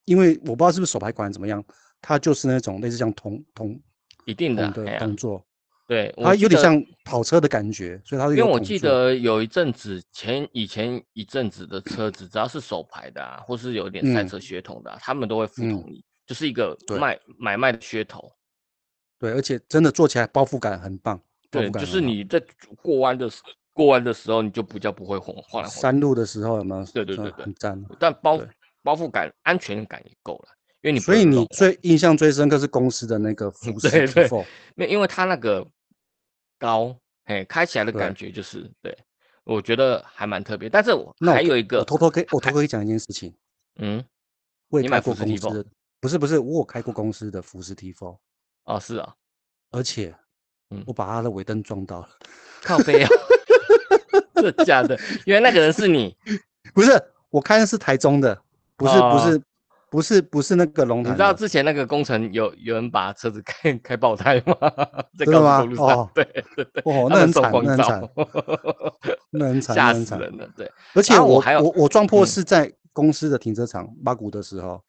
Speaker 2: 因为我不知道是不是手排管怎么样，它就是那种类似像同同
Speaker 1: 一定的啊，
Speaker 2: 同
Speaker 1: 哎
Speaker 2: 的
Speaker 1: 呀
Speaker 2: 动，作，
Speaker 1: 对，我
Speaker 2: 它
Speaker 1: 记
Speaker 2: 有点
Speaker 1: 得
Speaker 2: 像跑车的感觉，所以它是
Speaker 1: 因
Speaker 2: 有
Speaker 1: 为我
Speaker 2: 桶
Speaker 1: 记
Speaker 2: 座
Speaker 1: 得有一阵子前以前一阵子的车子，只要是手牌的啊，或是有点赛
Speaker 2: 嗯
Speaker 1: 车血统的啊、他们都会附
Speaker 2: 嗯
Speaker 1: 统一，就是一个
Speaker 2: 对
Speaker 1: 卖买卖的噱头。
Speaker 2: 对，而且真的坐起来包覆感很棒，包
Speaker 1: 对，
Speaker 2: 覆感
Speaker 1: 就
Speaker 2: 很
Speaker 1: 是
Speaker 2: 好
Speaker 1: 你在过弯的时过弯的时候，你就比较不会晃晃来晃去。
Speaker 2: 山路的时候有没有？
Speaker 1: 对对
Speaker 2: 真的
Speaker 1: 对对
Speaker 2: 很赞。啊
Speaker 1: 但包
Speaker 2: 对
Speaker 1: 包覆感、安全感也够了，因为你不
Speaker 2: 所以
Speaker 1: 用
Speaker 2: 你
Speaker 1: 动
Speaker 2: 最印象最深刻是公司的那个福斯
Speaker 1: *laughs* 对
Speaker 2: T
Speaker 1: 对
Speaker 2: Four，
Speaker 1: 没有因为它那个高，哎，开起来的
Speaker 2: 对
Speaker 1: 感觉就是对，我觉得还蛮特别。但是我
Speaker 2: 那我
Speaker 1: 还有一
Speaker 2: 我
Speaker 1: 个，
Speaker 2: 偷
Speaker 1: *laughs*
Speaker 2: 偷跟我偷偷跟你讲一件事情，
Speaker 1: 嗯，
Speaker 2: 我也
Speaker 1: 你
Speaker 2: 开
Speaker 1: 买
Speaker 2: 过
Speaker 1: 福斯 T4
Speaker 2: 公司的，不是不是，我有开过公司的福斯 T Four，
Speaker 1: 哦，是啊、
Speaker 2: 而且
Speaker 1: 嗯
Speaker 2: 我把他的尾灯撞到了，
Speaker 1: 靠 *laughs* 背啊，这假的，原来那个人是你，
Speaker 2: 不是我开的是台中的，不是不
Speaker 1: 哦
Speaker 2: 是不是不是那个龙
Speaker 1: 你
Speaker 2: 潭
Speaker 1: 知道
Speaker 2: 的，
Speaker 1: 之前那个工程有有人把车子开 *laughs* 开爆胎
Speaker 2: *laughs*
Speaker 1: 吗？在
Speaker 2: 真
Speaker 1: 高
Speaker 2: 的
Speaker 1: 速
Speaker 2: 吗
Speaker 1: 公路上，
Speaker 2: 哦
Speaker 1: 对对对，他
Speaker 2: 哦那
Speaker 1: 们
Speaker 2: 很
Speaker 1: 受
Speaker 2: 惨
Speaker 1: 光
Speaker 2: 那很
Speaker 1: 照 *laughs*
Speaker 2: 惨那很惨，
Speaker 1: 吓
Speaker 2: 那很
Speaker 1: 死
Speaker 2: 惨。
Speaker 1: 人了，对。
Speaker 2: 而且
Speaker 1: 然后我
Speaker 2: 我
Speaker 1: 还有
Speaker 2: 我我撞破
Speaker 1: 嗯
Speaker 2: 是在公司的停车场八股的时
Speaker 1: *laughs*
Speaker 2: 候，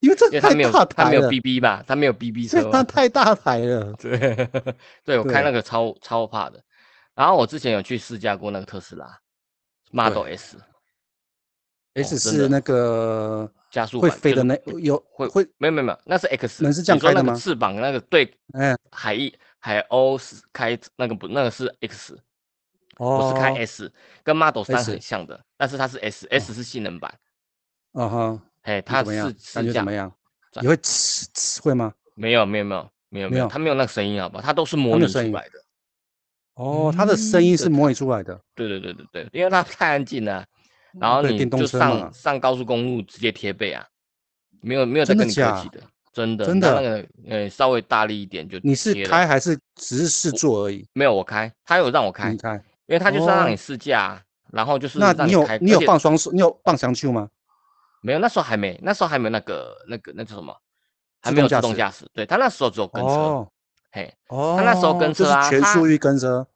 Speaker 2: 因为这
Speaker 1: 因为他
Speaker 2: 太
Speaker 1: 没有
Speaker 2: 大
Speaker 1: 他没
Speaker 2: 台
Speaker 1: 有
Speaker 2: 了，
Speaker 1: BB 吧，他没有 BB
Speaker 2: 这
Speaker 1: 车啊哦
Speaker 2: 它
Speaker 1: 嘛，
Speaker 2: 太大台了，
Speaker 1: 对 *laughs* 对，我看
Speaker 2: 对
Speaker 1: 那个超超怕的。然后我之前有去试驾过那个特斯拉 Model S，
Speaker 2: 而且
Speaker 1: 真
Speaker 2: 是
Speaker 1: 的
Speaker 2: 那个
Speaker 1: 加速
Speaker 2: 会
Speaker 1: 版
Speaker 2: 飞
Speaker 1: 就
Speaker 2: 的
Speaker 1: 是
Speaker 2: 那有
Speaker 1: 会
Speaker 2: 会
Speaker 1: 没有没有没有，那是 X，
Speaker 2: 门是这
Speaker 1: 你
Speaker 2: 样
Speaker 1: 说
Speaker 2: 开的
Speaker 1: 那个
Speaker 2: 吗
Speaker 1: 翅膀那个对
Speaker 2: 哎
Speaker 1: 海翼海鸥是开那个不那个是 X，我是开
Speaker 2: 哦
Speaker 1: S，跟 Model 三
Speaker 2: S
Speaker 1: 很像的，但是它是 S，S 是性能版，
Speaker 2: 啊哈，
Speaker 1: 哎，
Speaker 2: 你
Speaker 1: 它
Speaker 2: 怎么样
Speaker 1: 是？
Speaker 2: 感
Speaker 1: 试
Speaker 2: 觉怎
Speaker 1: 驾
Speaker 2: 么样？
Speaker 1: 在
Speaker 2: 也会呲呲会吗？
Speaker 1: 没有没有没有没有
Speaker 2: 没
Speaker 1: 没有，
Speaker 2: 有
Speaker 1: 它没有那个声音好吧，它都是模
Speaker 2: 它没有
Speaker 1: 拟出
Speaker 2: 声音
Speaker 1: 来的。
Speaker 2: 哦，它的声音
Speaker 1: 嗯
Speaker 2: 是
Speaker 1: 对
Speaker 2: 模拟出来的，
Speaker 1: 对对对对对，因为它太安静了，啊然后
Speaker 2: 哦嗯对
Speaker 1: 你
Speaker 2: 电动
Speaker 1: 就
Speaker 2: 车
Speaker 1: 上
Speaker 2: 嘛
Speaker 1: 上高速公路直接贴背啊，没有没有在
Speaker 2: 真的
Speaker 1: 跟你客
Speaker 2: 假
Speaker 1: 气的，真的
Speaker 2: 真
Speaker 1: 它那
Speaker 2: 的
Speaker 1: 个呃稍微大力一点就
Speaker 2: 你是
Speaker 1: 贴了
Speaker 2: 开还是只是试坐而已？
Speaker 1: 没有我开，他有让我开，
Speaker 2: 你
Speaker 1: 因
Speaker 2: 开？
Speaker 1: 为他就是要让
Speaker 2: 哦
Speaker 1: 你试驾啊，然后就是
Speaker 2: 那
Speaker 1: 让
Speaker 2: 你有
Speaker 1: 开，
Speaker 2: 你
Speaker 1: 而
Speaker 2: 有
Speaker 1: 且
Speaker 2: 放双手，你有放香丘吗？
Speaker 1: 没有那时候还没那时候还没有那个那个那叫什么，还
Speaker 2: 自
Speaker 1: 没有
Speaker 2: 动
Speaker 1: 自
Speaker 2: 驾
Speaker 1: 动
Speaker 2: 驶
Speaker 1: 驾驶，对他那时候只有跟车，
Speaker 2: 哦
Speaker 1: 嘿，
Speaker 2: 哦，
Speaker 1: 那时候跟
Speaker 2: 就
Speaker 1: 车
Speaker 2: 是
Speaker 1: 啊
Speaker 2: 全
Speaker 1: 它
Speaker 2: 速域跟车，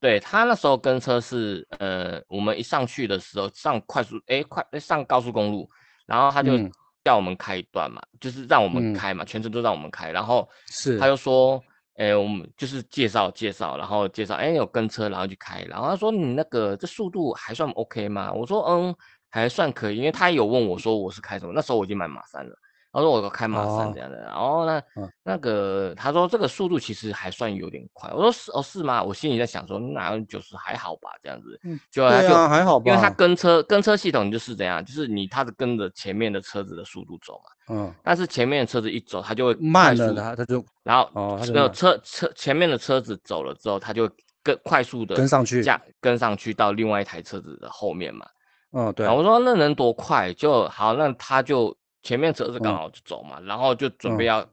Speaker 1: 对他那时候跟车是，呃，我们一上去的时候上快速，哎，快诶上高速公路，然后他就
Speaker 2: 嗯
Speaker 1: 叫我们开一段嘛，就是让我们
Speaker 2: 嗯
Speaker 1: 开嘛，全程都让我们开，然后
Speaker 2: 是
Speaker 1: 他就说，哎，我们就是介绍介绍，然后介绍，哎，有跟车，然后就开，然后他说你那个这速度还算 OK 吗？我说嗯，还算可以，因为他有问我说我是开什么，那时候我已经买马三了，他说我开马三
Speaker 2: 哦
Speaker 1: 这样的，然后呢。
Speaker 2: 嗯
Speaker 1: 那个他说这个速度其实还算有点快，我说是哦是吗？我心里在想说哪有九十还好吧这样子，
Speaker 2: 嗯
Speaker 1: 就他
Speaker 2: 对
Speaker 1: 就、
Speaker 2: 啊，还好
Speaker 1: 因为他
Speaker 2: 吧，
Speaker 1: 跟车跟车系统就是怎样，就是你他是跟着前面的车子的速度走嘛，
Speaker 2: 嗯，
Speaker 1: 但是前面的车子一走，他就会快
Speaker 2: 慢
Speaker 1: 速
Speaker 2: 了，它它就
Speaker 1: 然后
Speaker 2: 哦它就
Speaker 1: 没有
Speaker 2: 慢
Speaker 1: 车车前面的车子走了之后，他就更快速的
Speaker 2: 跟上去，
Speaker 1: 加跟上去到另外一台车子的后面嘛，
Speaker 2: 嗯，对
Speaker 1: 然，后我说那能多快？就好，那他就前面车子刚
Speaker 2: 嗯
Speaker 1: 好就走嘛，然后就准备
Speaker 2: 嗯
Speaker 1: 要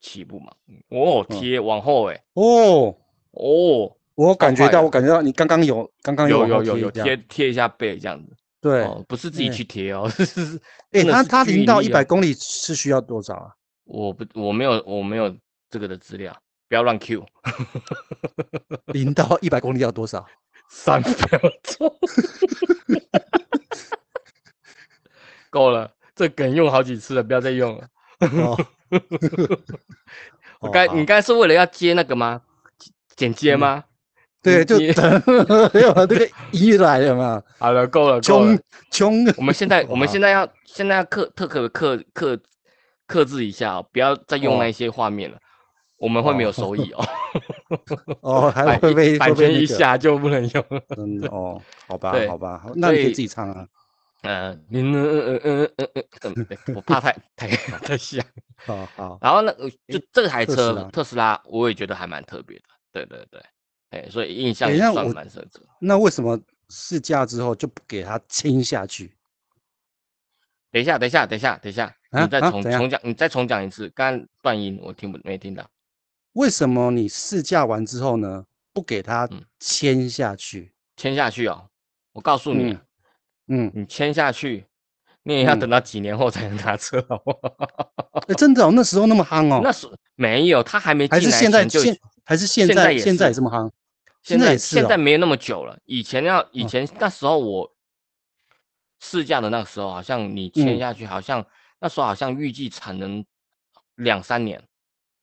Speaker 1: 起步嘛。哦，
Speaker 2: 嗯
Speaker 1: 贴往后哎、
Speaker 2: 哦，
Speaker 1: 哦，
Speaker 2: 我感觉
Speaker 1: 快
Speaker 2: 到，
Speaker 1: 了
Speaker 2: 我感觉到你刚刚有刚刚
Speaker 1: 有
Speaker 2: 往
Speaker 1: 有
Speaker 2: 后
Speaker 1: 有有
Speaker 2: 一下
Speaker 1: 贴，贴一下背这样子，
Speaker 2: 对，
Speaker 1: 哦，不是自己
Speaker 2: 哎
Speaker 1: 去贴哦，是 *laughs* 是，
Speaker 2: 哎，
Speaker 1: 真的
Speaker 2: 它
Speaker 1: 是
Speaker 2: 它
Speaker 1: 巨
Speaker 2: 零到
Speaker 1: 力
Speaker 2: 一
Speaker 1: 哦
Speaker 2: 百公里是需要多少啊？ *laughs*
Speaker 1: 我不我没有我没有这个的资料，不要乱 Q，
Speaker 2: 零到一百公里要
Speaker 1: *laughs*
Speaker 2: 多少？
Speaker 1: 三秒钟， *laughs* 够了，这梗用好几次了，不要再用了。 *laughs*
Speaker 2: 哦
Speaker 1: 我
Speaker 2: 哦
Speaker 1: 该
Speaker 2: 好
Speaker 1: 你该是为了要接那个吗？剪接
Speaker 2: 嗯
Speaker 1: 吗？
Speaker 2: 对，
Speaker 1: 你
Speaker 2: 就
Speaker 1: 你
Speaker 2: 等 *laughs* 没有这个音乐来了嘛，
Speaker 1: 好了，够了， *laughs* 够了
Speaker 2: 穷。穷
Speaker 1: 我们
Speaker 2: *laughs*
Speaker 1: 现在我们
Speaker 2: 哇
Speaker 1: 现在要现在要克特克克克克制一下、哦，不要再用
Speaker 2: 哦
Speaker 1: 那些画面了，我们会没有
Speaker 2: 哦
Speaker 1: 收益哦。
Speaker 2: 哦， *laughs* 还
Speaker 1: 版
Speaker 2: 会被
Speaker 1: 版
Speaker 2: 会被
Speaker 1: 权
Speaker 2: 那
Speaker 1: 一
Speaker 2: 个
Speaker 1: 下就不能用了。
Speaker 2: 嗯哦，好吧
Speaker 1: 对
Speaker 2: 好吧，好那
Speaker 1: 所
Speaker 2: 你可以
Speaker 1: 以
Speaker 2: 自己唱啊。
Speaker 1: 呃，嗯嗯嗯嗯嗯嗯
Speaker 2: *laughs*
Speaker 1: 嗯，我怕太太太像。
Speaker 2: 好好，
Speaker 1: 然后呢，呃就这台
Speaker 2: 哦特斯
Speaker 1: 车
Speaker 2: 拉
Speaker 1: 特斯拉，我也觉得还蛮特别的。对对对，哎，所以印象
Speaker 2: 等
Speaker 1: 也
Speaker 2: 一下
Speaker 1: 算
Speaker 2: 我
Speaker 1: 蛮深刻。
Speaker 2: 那为什么试驾之后就不给它亲下去？
Speaker 1: 等一下，等一下，等一下，等一下，
Speaker 2: 啊
Speaker 1: 你再
Speaker 2: 啊
Speaker 1: 重
Speaker 2: 怎样
Speaker 1: 重讲，你再重讲一次，刚刚断音，我听不没听到。
Speaker 2: 为什么你试驾完之后呢，不给它
Speaker 1: 嗯
Speaker 2: 牵下去？
Speaker 1: 签下去哦，我告诉你，
Speaker 2: 嗯
Speaker 1: *laughs*
Speaker 2: 嗯，
Speaker 1: 你签下去，你也要
Speaker 2: 嗯
Speaker 1: 等到几年后才能拿车，好不好？
Speaker 2: 哎，真的哦，那时候那么夯哦，
Speaker 1: 那是没有，他还没
Speaker 2: 还
Speaker 1: 进
Speaker 2: 是
Speaker 1: 来
Speaker 2: 现在
Speaker 1: 前就已
Speaker 2: 现
Speaker 1: 经
Speaker 2: 还是现
Speaker 1: 现在
Speaker 2: 在
Speaker 1: 也
Speaker 2: 现
Speaker 1: 是
Speaker 2: 在
Speaker 1: 啊
Speaker 2: 也这么夯？
Speaker 1: 现
Speaker 2: 现在
Speaker 1: 在
Speaker 2: 也是
Speaker 1: 现在
Speaker 2: 哦
Speaker 1: 没有那么久了，以前要以
Speaker 2: 嗯
Speaker 1: 前那时候我试驾的那个时候，好像你签
Speaker 2: 嗯
Speaker 1: 下去，好像那时候好像预计产能两三年，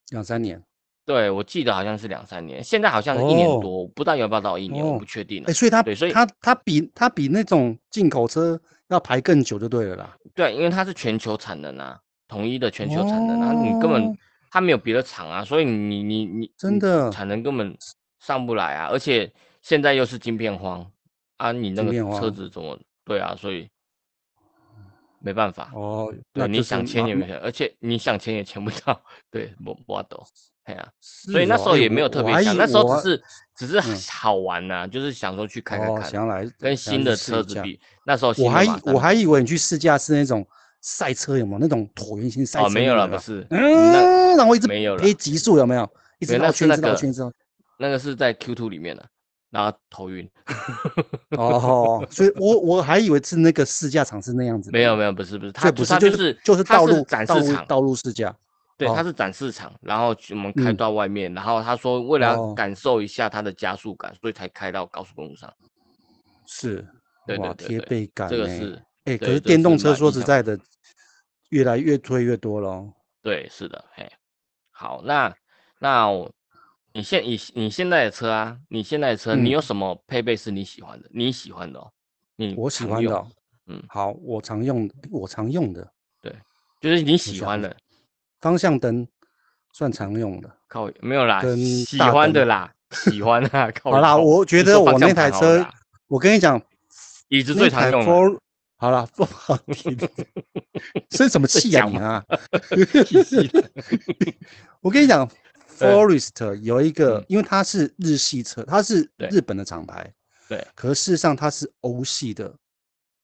Speaker 2: 两三年。
Speaker 1: 嗯对我记得好像是两三年，现在好像是一年
Speaker 2: 哦
Speaker 1: 多，我不知道有没有到一年，我
Speaker 2: 哦
Speaker 1: 不确定了
Speaker 2: 哎，。所以它
Speaker 1: 对所以
Speaker 2: 它它比它比那种进口车要排更久就对了啦。
Speaker 1: 对，因为它是全球产能啊，统一的全球产能啊，你根
Speaker 2: 哦
Speaker 1: 本它没有别的厂啊，所以你你你
Speaker 2: 真
Speaker 1: 你
Speaker 2: 的哦
Speaker 1: 产能根本上不来啊，而且现在又是晶片荒啊，你那
Speaker 2: 晶
Speaker 1: 个
Speaker 2: 片
Speaker 1: 车
Speaker 2: 荒嗯
Speaker 1: 子怎么对啊？所以没办法，
Speaker 2: 哦，
Speaker 1: 对，
Speaker 2: 那
Speaker 1: 你
Speaker 2: 就是啊
Speaker 1: 想签
Speaker 2: 麻
Speaker 1: 也没签，而且你想签也签不到，对，我我懂，哎呀、所
Speaker 2: 是
Speaker 1: 以那
Speaker 2: 哦
Speaker 1: 时候
Speaker 2: 哎
Speaker 1: 也没有
Speaker 2: 我
Speaker 1: 特
Speaker 2: 我
Speaker 1: 别
Speaker 2: 还
Speaker 1: 想，
Speaker 2: 以
Speaker 1: 那时候只
Speaker 2: 我
Speaker 1: 是只是
Speaker 2: 嗯
Speaker 1: 好玩呐、就是想说去开开
Speaker 2: 哦
Speaker 1: 看，
Speaker 2: 想要来
Speaker 1: 跟
Speaker 2: 想
Speaker 1: 新
Speaker 2: 要去
Speaker 1: 的
Speaker 2: 试
Speaker 1: 车
Speaker 2: 一
Speaker 1: 子
Speaker 2: 下
Speaker 1: 比，那时候新
Speaker 2: 我
Speaker 1: 的
Speaker 2: 还以
Speaker 1: 玛莎
Speaker 2: 我
Speaker 1: 拉
Speaker 2: 还以为你去试驾是那种赛车，有没有那种椭圆形赛车？
Speaker 1: 哦，没有了，
Speaker 2: 了，
Speaker 1: 不是，那
Speaker 2: 嗯，然后一直
Speaker 1: 没有了
Speaker 2: 配极速，有没有？一
Speaker 1: 没
Speaker 2: 直
Speaker 1: 有那
Speaker 2: 绕
Speaker 1: 是
Speaker 2: 圈
Speaker 1: 那
Speaker 2: 子，绕
Speaker 1: 个
Speaker 2: 圈子。
Speaker 1: 那个是在 Q two 里面的，然后头晕，
Speaker 2: 哦，所以我我还以为是那个试驾场是那样子的。
Speaker 1: 没有没有，不是不是，它
Speaker 2: 这不
Speaker 1: 它
Speaker 2: 是，
Speaker 1: 就是就
Speaker 2: 就是
Speaker 1: 它
Speaker 2: 道路
Speaker 1: 展
Speaker 2: 道
Speaker 1: 示
Speaker 2: 路
Speaker 1: 场，
Speaker 2: 道路试驾。
Speaker 1: 对，它
Speaker 2: 哦
Speaker 1: 是展示场，然后我们开
Speaker 2: 嗯
Speaker 1: 到外面，然后他说为了要
Speaker 2: 哦
Speaker 1: 感受一下它的加速感，所以才开到高速公路上，
Speaker 2: 是，
Speaker 1: 对对
Speaker 2: 哇，
Speaker 1: 对
Speaker 2: 贴
Speaker 1: 对
Speaker 2: 背感
Speaker 1: 这个
Speaker 2: 欸
Speaker 1: 是
Speaker 2: 哎，可
Speaker 1: 对
Speaker 2: 是
Speaker 1: 这
Speaker 2: 电
Speaker 1: 是
Speaker 2: 动车
Speaker 1: 蛮
Speaker 2: 说
Speaker 1: 印
Speaker 2: 实
Speaker 1: 象
Speaker 2: 在的，越来越推越多了。
Speaker 1: 对，是的，嘿，好，那那我你现你你现在的车啊，你现在的车，你
Speaker 2: 嗯
Speaker 1: 有什么配备是你喜欢的？你喜欢的哦，你
Speaker 2: 我喜
Speaker 1: 常
Speaker 2: 欢
Speaker 1: 用
Speaker 2: 的哦，
Speaker 1: 嗯
Speaker 2: 好，我常用的，我常用的
Speaker 1: 就是你喜
Speaker 2: 想
Speaker 1: 欢
Speaker 2: 一
Speaker 1: 的，
Speaker 2: 方向灯算常用的。
Speaker 1: 靠，没有啦，
Speaker 2: 跟
Speaker 1: 喜
Speaker 2: 大
Speaker 1: 欢的
Speaker 2: 灯
Speaker 1: 啦，喜欢啊，靠
Speaker 2: *laughs* 好啦，
Speaker 1: 腰
Speaker 2: 我觉
Speaker 1: 你说
Speaker 2: 得
Speaker 1: 方
Speaker 2: 我
Speaker 1: 向
Speaker 2: 那
Speaker 1: 盘
Speaker 2: 台
Speaker 1: 好了
Speaker 2: 车
Speaker 1: 啦，
Speaker 2: 我跟你讲，
Speaker 1: 椅子
Speaker 2: 那
Speaker 1: 最常
Speaker 2: 台
Speaker 1: 用了，
Speaker 2: Ford 好啦， *laughs* 不好听，
Speaker 1: *laughs*
Speaker 2: 生什么气呀、
Speaker 1: 讲
Speaker 2: 你
Speaker 1: 嘛
Speaker 2: 啊！
Speaker 1: 椅 *laughs* 子
Speaker 2: *laughs* 我跟你讲
Speaker 1: *laughs* 对
Speaker 2: ，Forest 有一个
Speaker 1: 嗯，
Speaker 2: 因为它是日系车，它是
Speaker 1: 对
Speaker 2: 日本的厂牌，
Speaker 1: 对，
Speaker 2: 可是事实上它是欧系的，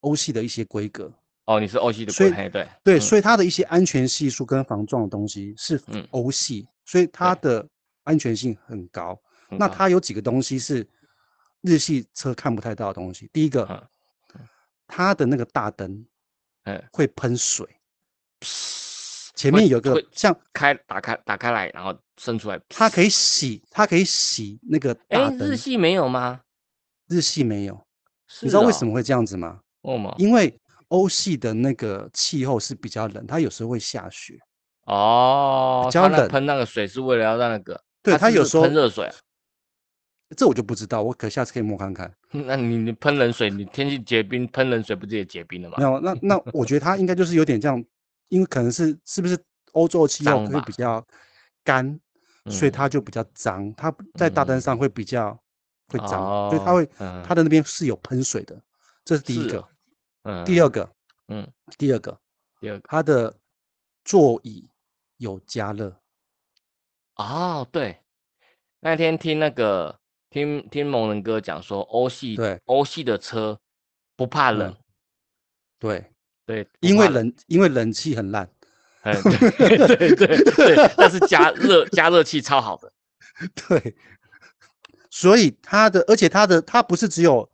Speaker 2: 欧系的一些规格，
Speaker 1: 哦，你是欧系的
Speaker 2: 所
Speaker 1: 国
Speaker 2: 以
Speaker 1: 配，对，
Speaker 2: 对，
Speaker 1: 嗯
Speaker 2: 所以它的一些安全系数跟防撞的东西是
Speaker 1: 嗯
Speaker 2: 欧系，所以它的安全性很高。
Speaker 1: 很
Speaker 2: 那
Speaker 1: 高
Speaker 2: 它有几个东西是日系车看不太到的东西。第一个，
Speaker 1: 嗯
Speaker 2: 它的那个大灯
Speaker 1: 嗯，
Speaker 2: 会喷水，前
Speaker 1: 会
Speaker 2: 面有一个
Speaker 1: 会
Speaker 2: 像
Speaker 1: 开打开打开来，然后伸出来，
Speaker 2: 它可以洗，它可以洗那个
Speaker 1: 哎
Speaker 2: 大，
Speaker 1: 日
Speaker 2: 灯。
Speaker 1: 系没有吗？
Speaker 2: 日系没有，
Speaker 1: 是
Speaker 2: 你知道为什
Speaker 1: 哦？
Speaker 2: 么会这样子吗？
Speaker 1: 为什么？
Speaker 2: 因为欧系的那个气候是比较冷，它有时候会下雪。
Speaker 1: 哦，
Speaker 2: 较
Speaker 1: 他那
Speaker 2: 冷
Speaker 1: 喷那个水是为了要让那个，
Speaker 2: 对，
Speaker 1: 它
Speaker 2: 它有时候
Speaker 1: 喷热水啊， *laughs*
Speaker 2: 这我就不知道，我可下次可以摸看看。
Speaker 1: 那你你喷冷水，你天气结冰，喷冷水不是也结冰了吗
Speaker 2: 没？有，那
Speaker 1: *laughs*
Speaker 2: 那我觉得它应该就是有点这样，因为可能是是不是欧洲的气候
Speaker 1: 脏
Speaker 2: 会
Speaker 1: 吧
Speaker 2: 比较干，所
Speaker 1: 嗯
Speaker 2: 以它就比较脏，它在大灯上会比较会脏，所以它
Speaker 1: 哦
Speaker 2: 会
Speaker 1: 嗯
Speaker 2: 它的那边是有喷水的，这是第一
Speaker 1: 是
Speaker 2: 个
Speaker 1: 哦。嗯，
Speaker 2: 第二个，
Speaker 1: 嗯，
Speaker 2: 第二个，
Speaker 1: 第二个
Speaker 2: 它的座椅有加热，
Speaker 1: 哦，对，那天听那个听听蒙人哥讲说，欧系
Speaker 2: 对
Speaker 1: 欧系的车不怕
Speaker 2: 嗯
Speaker 1: 冷，
Speaker 2: 对，
Speaker 1: 对，不
Speaker 2: 因为
Speaker 1: 怕冷，
Speaker 2: 冷因为冷气很烂， *laughs*
Speaker 1: 哎，对 *laughs* 对对对，但是加热加热器超好的，
Speaker 2: 对，所以它的而且它的它不是只有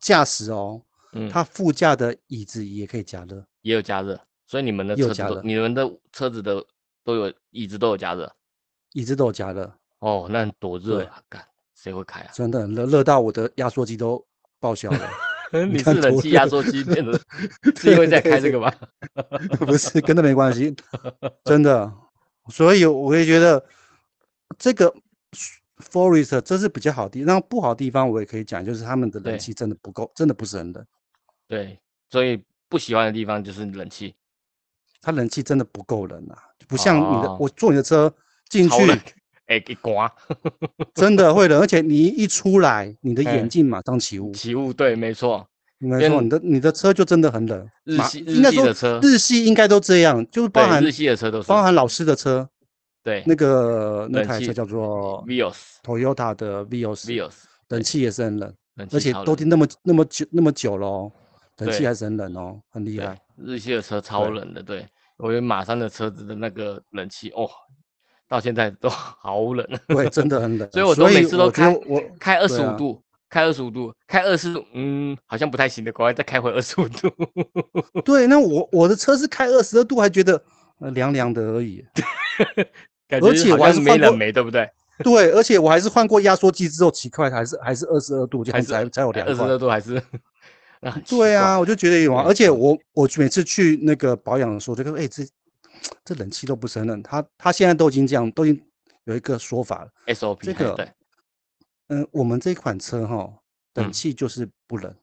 Speaker 2: 驾驶哦，
Speaker 1: 嗯，
Speaker 2: 它副驾的椅子也可以加热。
Speaker 1: 也有加热，所以你们的
Speaker 2: 也有
Speaker 1: 车子
Speaker 2: 加
Speaker 1: 都
Speaker 2: 热
Speaker 1: 你们的车子的都有椅子都有加热，
Speaker 2: 椅子都有加热，
Speaker 1: 哦，那多热
Speaker 2: 对
Speaker 1: 啊！干，谁会
Speaker 2: *laughs*
Speaker 1: 开啊？
Speaker 2: 真的热热到我的压缩机都报销了， *laughs*
Speaker 1: 你是
Speaker 2: 看
Speaker 1: 冷
Speaker 2: 多
Speaker 1: 气
Speaker 2: 热
Speaker 1: 压缩机变的，是因为在
Speaker 2: *laughs* 对
Speaker 1: 开这
Speaker 2: 对
Speaker 1: 个吗？
Speaker 2: 不是跟那没关系，真的。所以我也觉得这个 Forest 这是比较好的地，那不好的地方我也可以讲，就是他们的
Speaker 1: 对
Speaker 2: 冷气真的不够，真的不是很冷，
Speaker 1: 对，所以不喜欢的地方就是冷气，
Speaker 2: 它冷气真的不够冷啊，不像你的，
Speaker 1: 哦
Speaker 2: 我坐你的车进去
Speaker 1: 超冷，哎、给刮
Speaker 2: 真的会冷，而且你一出来，你
Speaker 1: 嗯
Speaker 2: 的眼镜马上起雾，
Speaker 1: 起雾，对，没错，
Speaker 2: 没错，
Speaker 1: 跟
Speaker 2: 你的你的车就真的很冷，
Speaker 1: 日
Speaker 2: 马
Speaker 1: 系
Speaker 2: 应
Speaker 1: 日
Speaker 2: 该
Speaker 1: 系的
Speaker 2: 说
Speaker 1: 车，
Speaker 2: 日系应该都这样，就是包
Speaker 1: 对
Speaker 2: 含
Speaker 1: 日系的车都是
Speaker 2: 包含老师的车，
Speaker 1: 对
Speaker 2: 那个那
Speaker 1: 冷
Speaker 2: 台
Speaker 1: 气
Speaker 2: 车叫做
Speaker 1: Vios
Speaker 2: Toyota 的 Vios，
Speaker 1: Vios
Speaker 2: 冷
Speaker 1: 对
Speaker 2: 气也是很冷，
Speaker 1: 冷气
Speaker 2: 而且
Speaker 1: 超
Speaker 2: 都
Speaker 1: 冷
Speaker 2: 停那么那么久那么久了哦，冷气
Speaker 1: 对
Speaker 2: 还是很冷哦，很厉
Speaker 1: 对
Speaker 2: 害。
Speaker 1: 日系的车超
Speaker 2: 对
Speaker 1: 冷的，对我觉得马三的车子的那个冷气哦，到现在都 *laughs* 好冷，。
Speaker 2: 对，真的很冷
Speaker 1: *laughs* 所以我都每次都
Speaker 2: 呃我觉得
Speaker 1: 开
Speaker 2: 我
Speaker 1: 开二十
Speaker 2: 对
Speaker 1: 五
Speaker 2: 啊
Speaker 1: 度。开二十五度，开二十，嗯，好像不太行的，赶快再开回二十五度。
Speaker 2: 对，那我我的车是开二十二度，还觉得呃凉凉的而已。
Speaker 1: 感
Speaker 2: 而
Speaker 1: 觉
Speaker 2: 且
Speaker 1: 好
Speaker 2: 我还
Speaker 1: 像
Speaker 2: 是
Speaker 1: 没
Speaker 2: 换
Speaker 1: 冷
Speaker 2: 过
Speaker 1: 没，对不对？
Speaker 2: 对，而且我还是换过压缩机之后，奇怪还是还是二十二度，这
Speaker 1: 还
Speaker 2: 样
Speaker 1: 是
Speaker 2: 才才有凉
Speaker 1: 二十
Speaker 2: 快。
Speaker 1: 二度还
Speaker 2: *laughs*
Speaker 1: 是？那很奇
Speaker 2: 对
Speaker 1: 怪嗯
Speaker 2: 啊，，我就觉得有啊，
Speaker 1: 对
Speaker 2: 而且我我每次去那个保养的时候，我就跟哎、这这冷气都不是很冷，他他现在都已经这样，都已经有一个说法了。
Speaker 1: SOP
Speaker 2: 这
Speaker 1: 还
Speaker 2: 个
Speaker 1: 对，
Speaker 2: 嗯、我们这款车哈，冷
Speaker 1: 嗯
Speaker 2: 气就是不冷，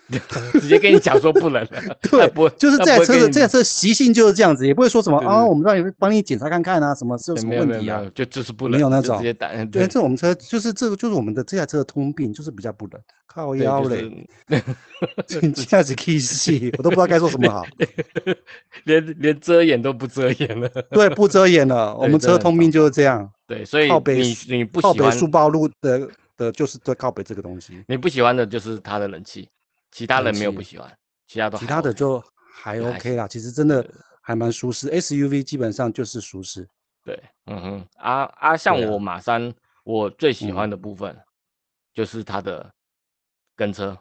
Speaker 2: *laughs*
Speaker 1: 直接跟你讲说不冷了，
Speaker 2: 对
Speaker 1: 他不会
Speaker 2: 就是
Speaker 1: 他
Speaker 2: 这
Speaker 1: 不
Speaker 2: 台
Speaker 1: 会
Speaker 2: 车
Speaker 1: 跟
Speaker 2: 的
Speaker 1: 你
Speaker 2: 这台车的习性就是这样子，也不会说什么
Speaker 1: 对
Speaker 2: 啊，
Speaker 1: 对
Speaker 2: 我们让你帮你检查看看啊，什么是有
Speaker 1: 对
Speaker 2: 什么
Speaker 1: 没有
Speaker 2: 问
Speaker 1: 没有
Speaker 2: 题
Speaker 1: 没
Speaker 2: 啊
Speaker 1: 有，？就就是不
Speaker 2: 没
Speaker 1: 冷，
Speaker 2: 有那
Speaker 1: 就直
Speaker 2: 种
Speaker 1: 接打嗯
Speaker 2: 对，
Speaker 1: *laughs* 对
Speaker 2: 这我们车就是这个就是我们的这台车的通病，就是比较不冷，靠
Speaker 1: 对
Speaker 2: 腰
Speaker 1: 就
Speaker 2: 嘞，
Speaker 1: 是 *laughs*
Speaker 2: 你这样子 K 气，我都不知道该说什么好。
Speaker 1: 连连遮掩都不遮掩了，
Speaker 2: 对，不遮掩了，我
Speaker 1: 对
Speaker 2: 们
Speaker 1: 真的
Speaker 2: 车
Speaker 1: 很
Speaker 2: 通
Speaker 1: 糟
Speaker 2: 病就是这样。
Speaker 1: 对，所以
Speaker 2: 靠北
Speaker 1: 你
Speaker 2: 书
Speaker 1: 你不
Speaker 2: 靠
Speaker 1: 喜
Speaker 2: 北
Speaker 1: 欢
Speaker 2: 书包路的的就是对靠北这个东西，
Speaker 1: 你不喜欢的就是他的冷气，其他
Speaker 2: 冷
Speaker 1: 人没有不
Speaker 2: 气
Speaker 1: 喜欢，其他都
Speaker 2: 其
Speaker 1: 还
Speaker 2: 他的
Speaker 1: OK
Speaker 2: 就还
Speaker 1: 就还
Speaker 2: OK
Speaker 1: 行
Speaker 2: 啦。其实真的还蛮舒适，SUV 基本上就是舒适。
Speaker 1: 对，嗯哼，啊啊，像
Speaker 2: 对啊
Speaker 1: 我马三，我最喜
Speaker 2: 嗯
Speaker 1: 欢的部分就是它的跟车，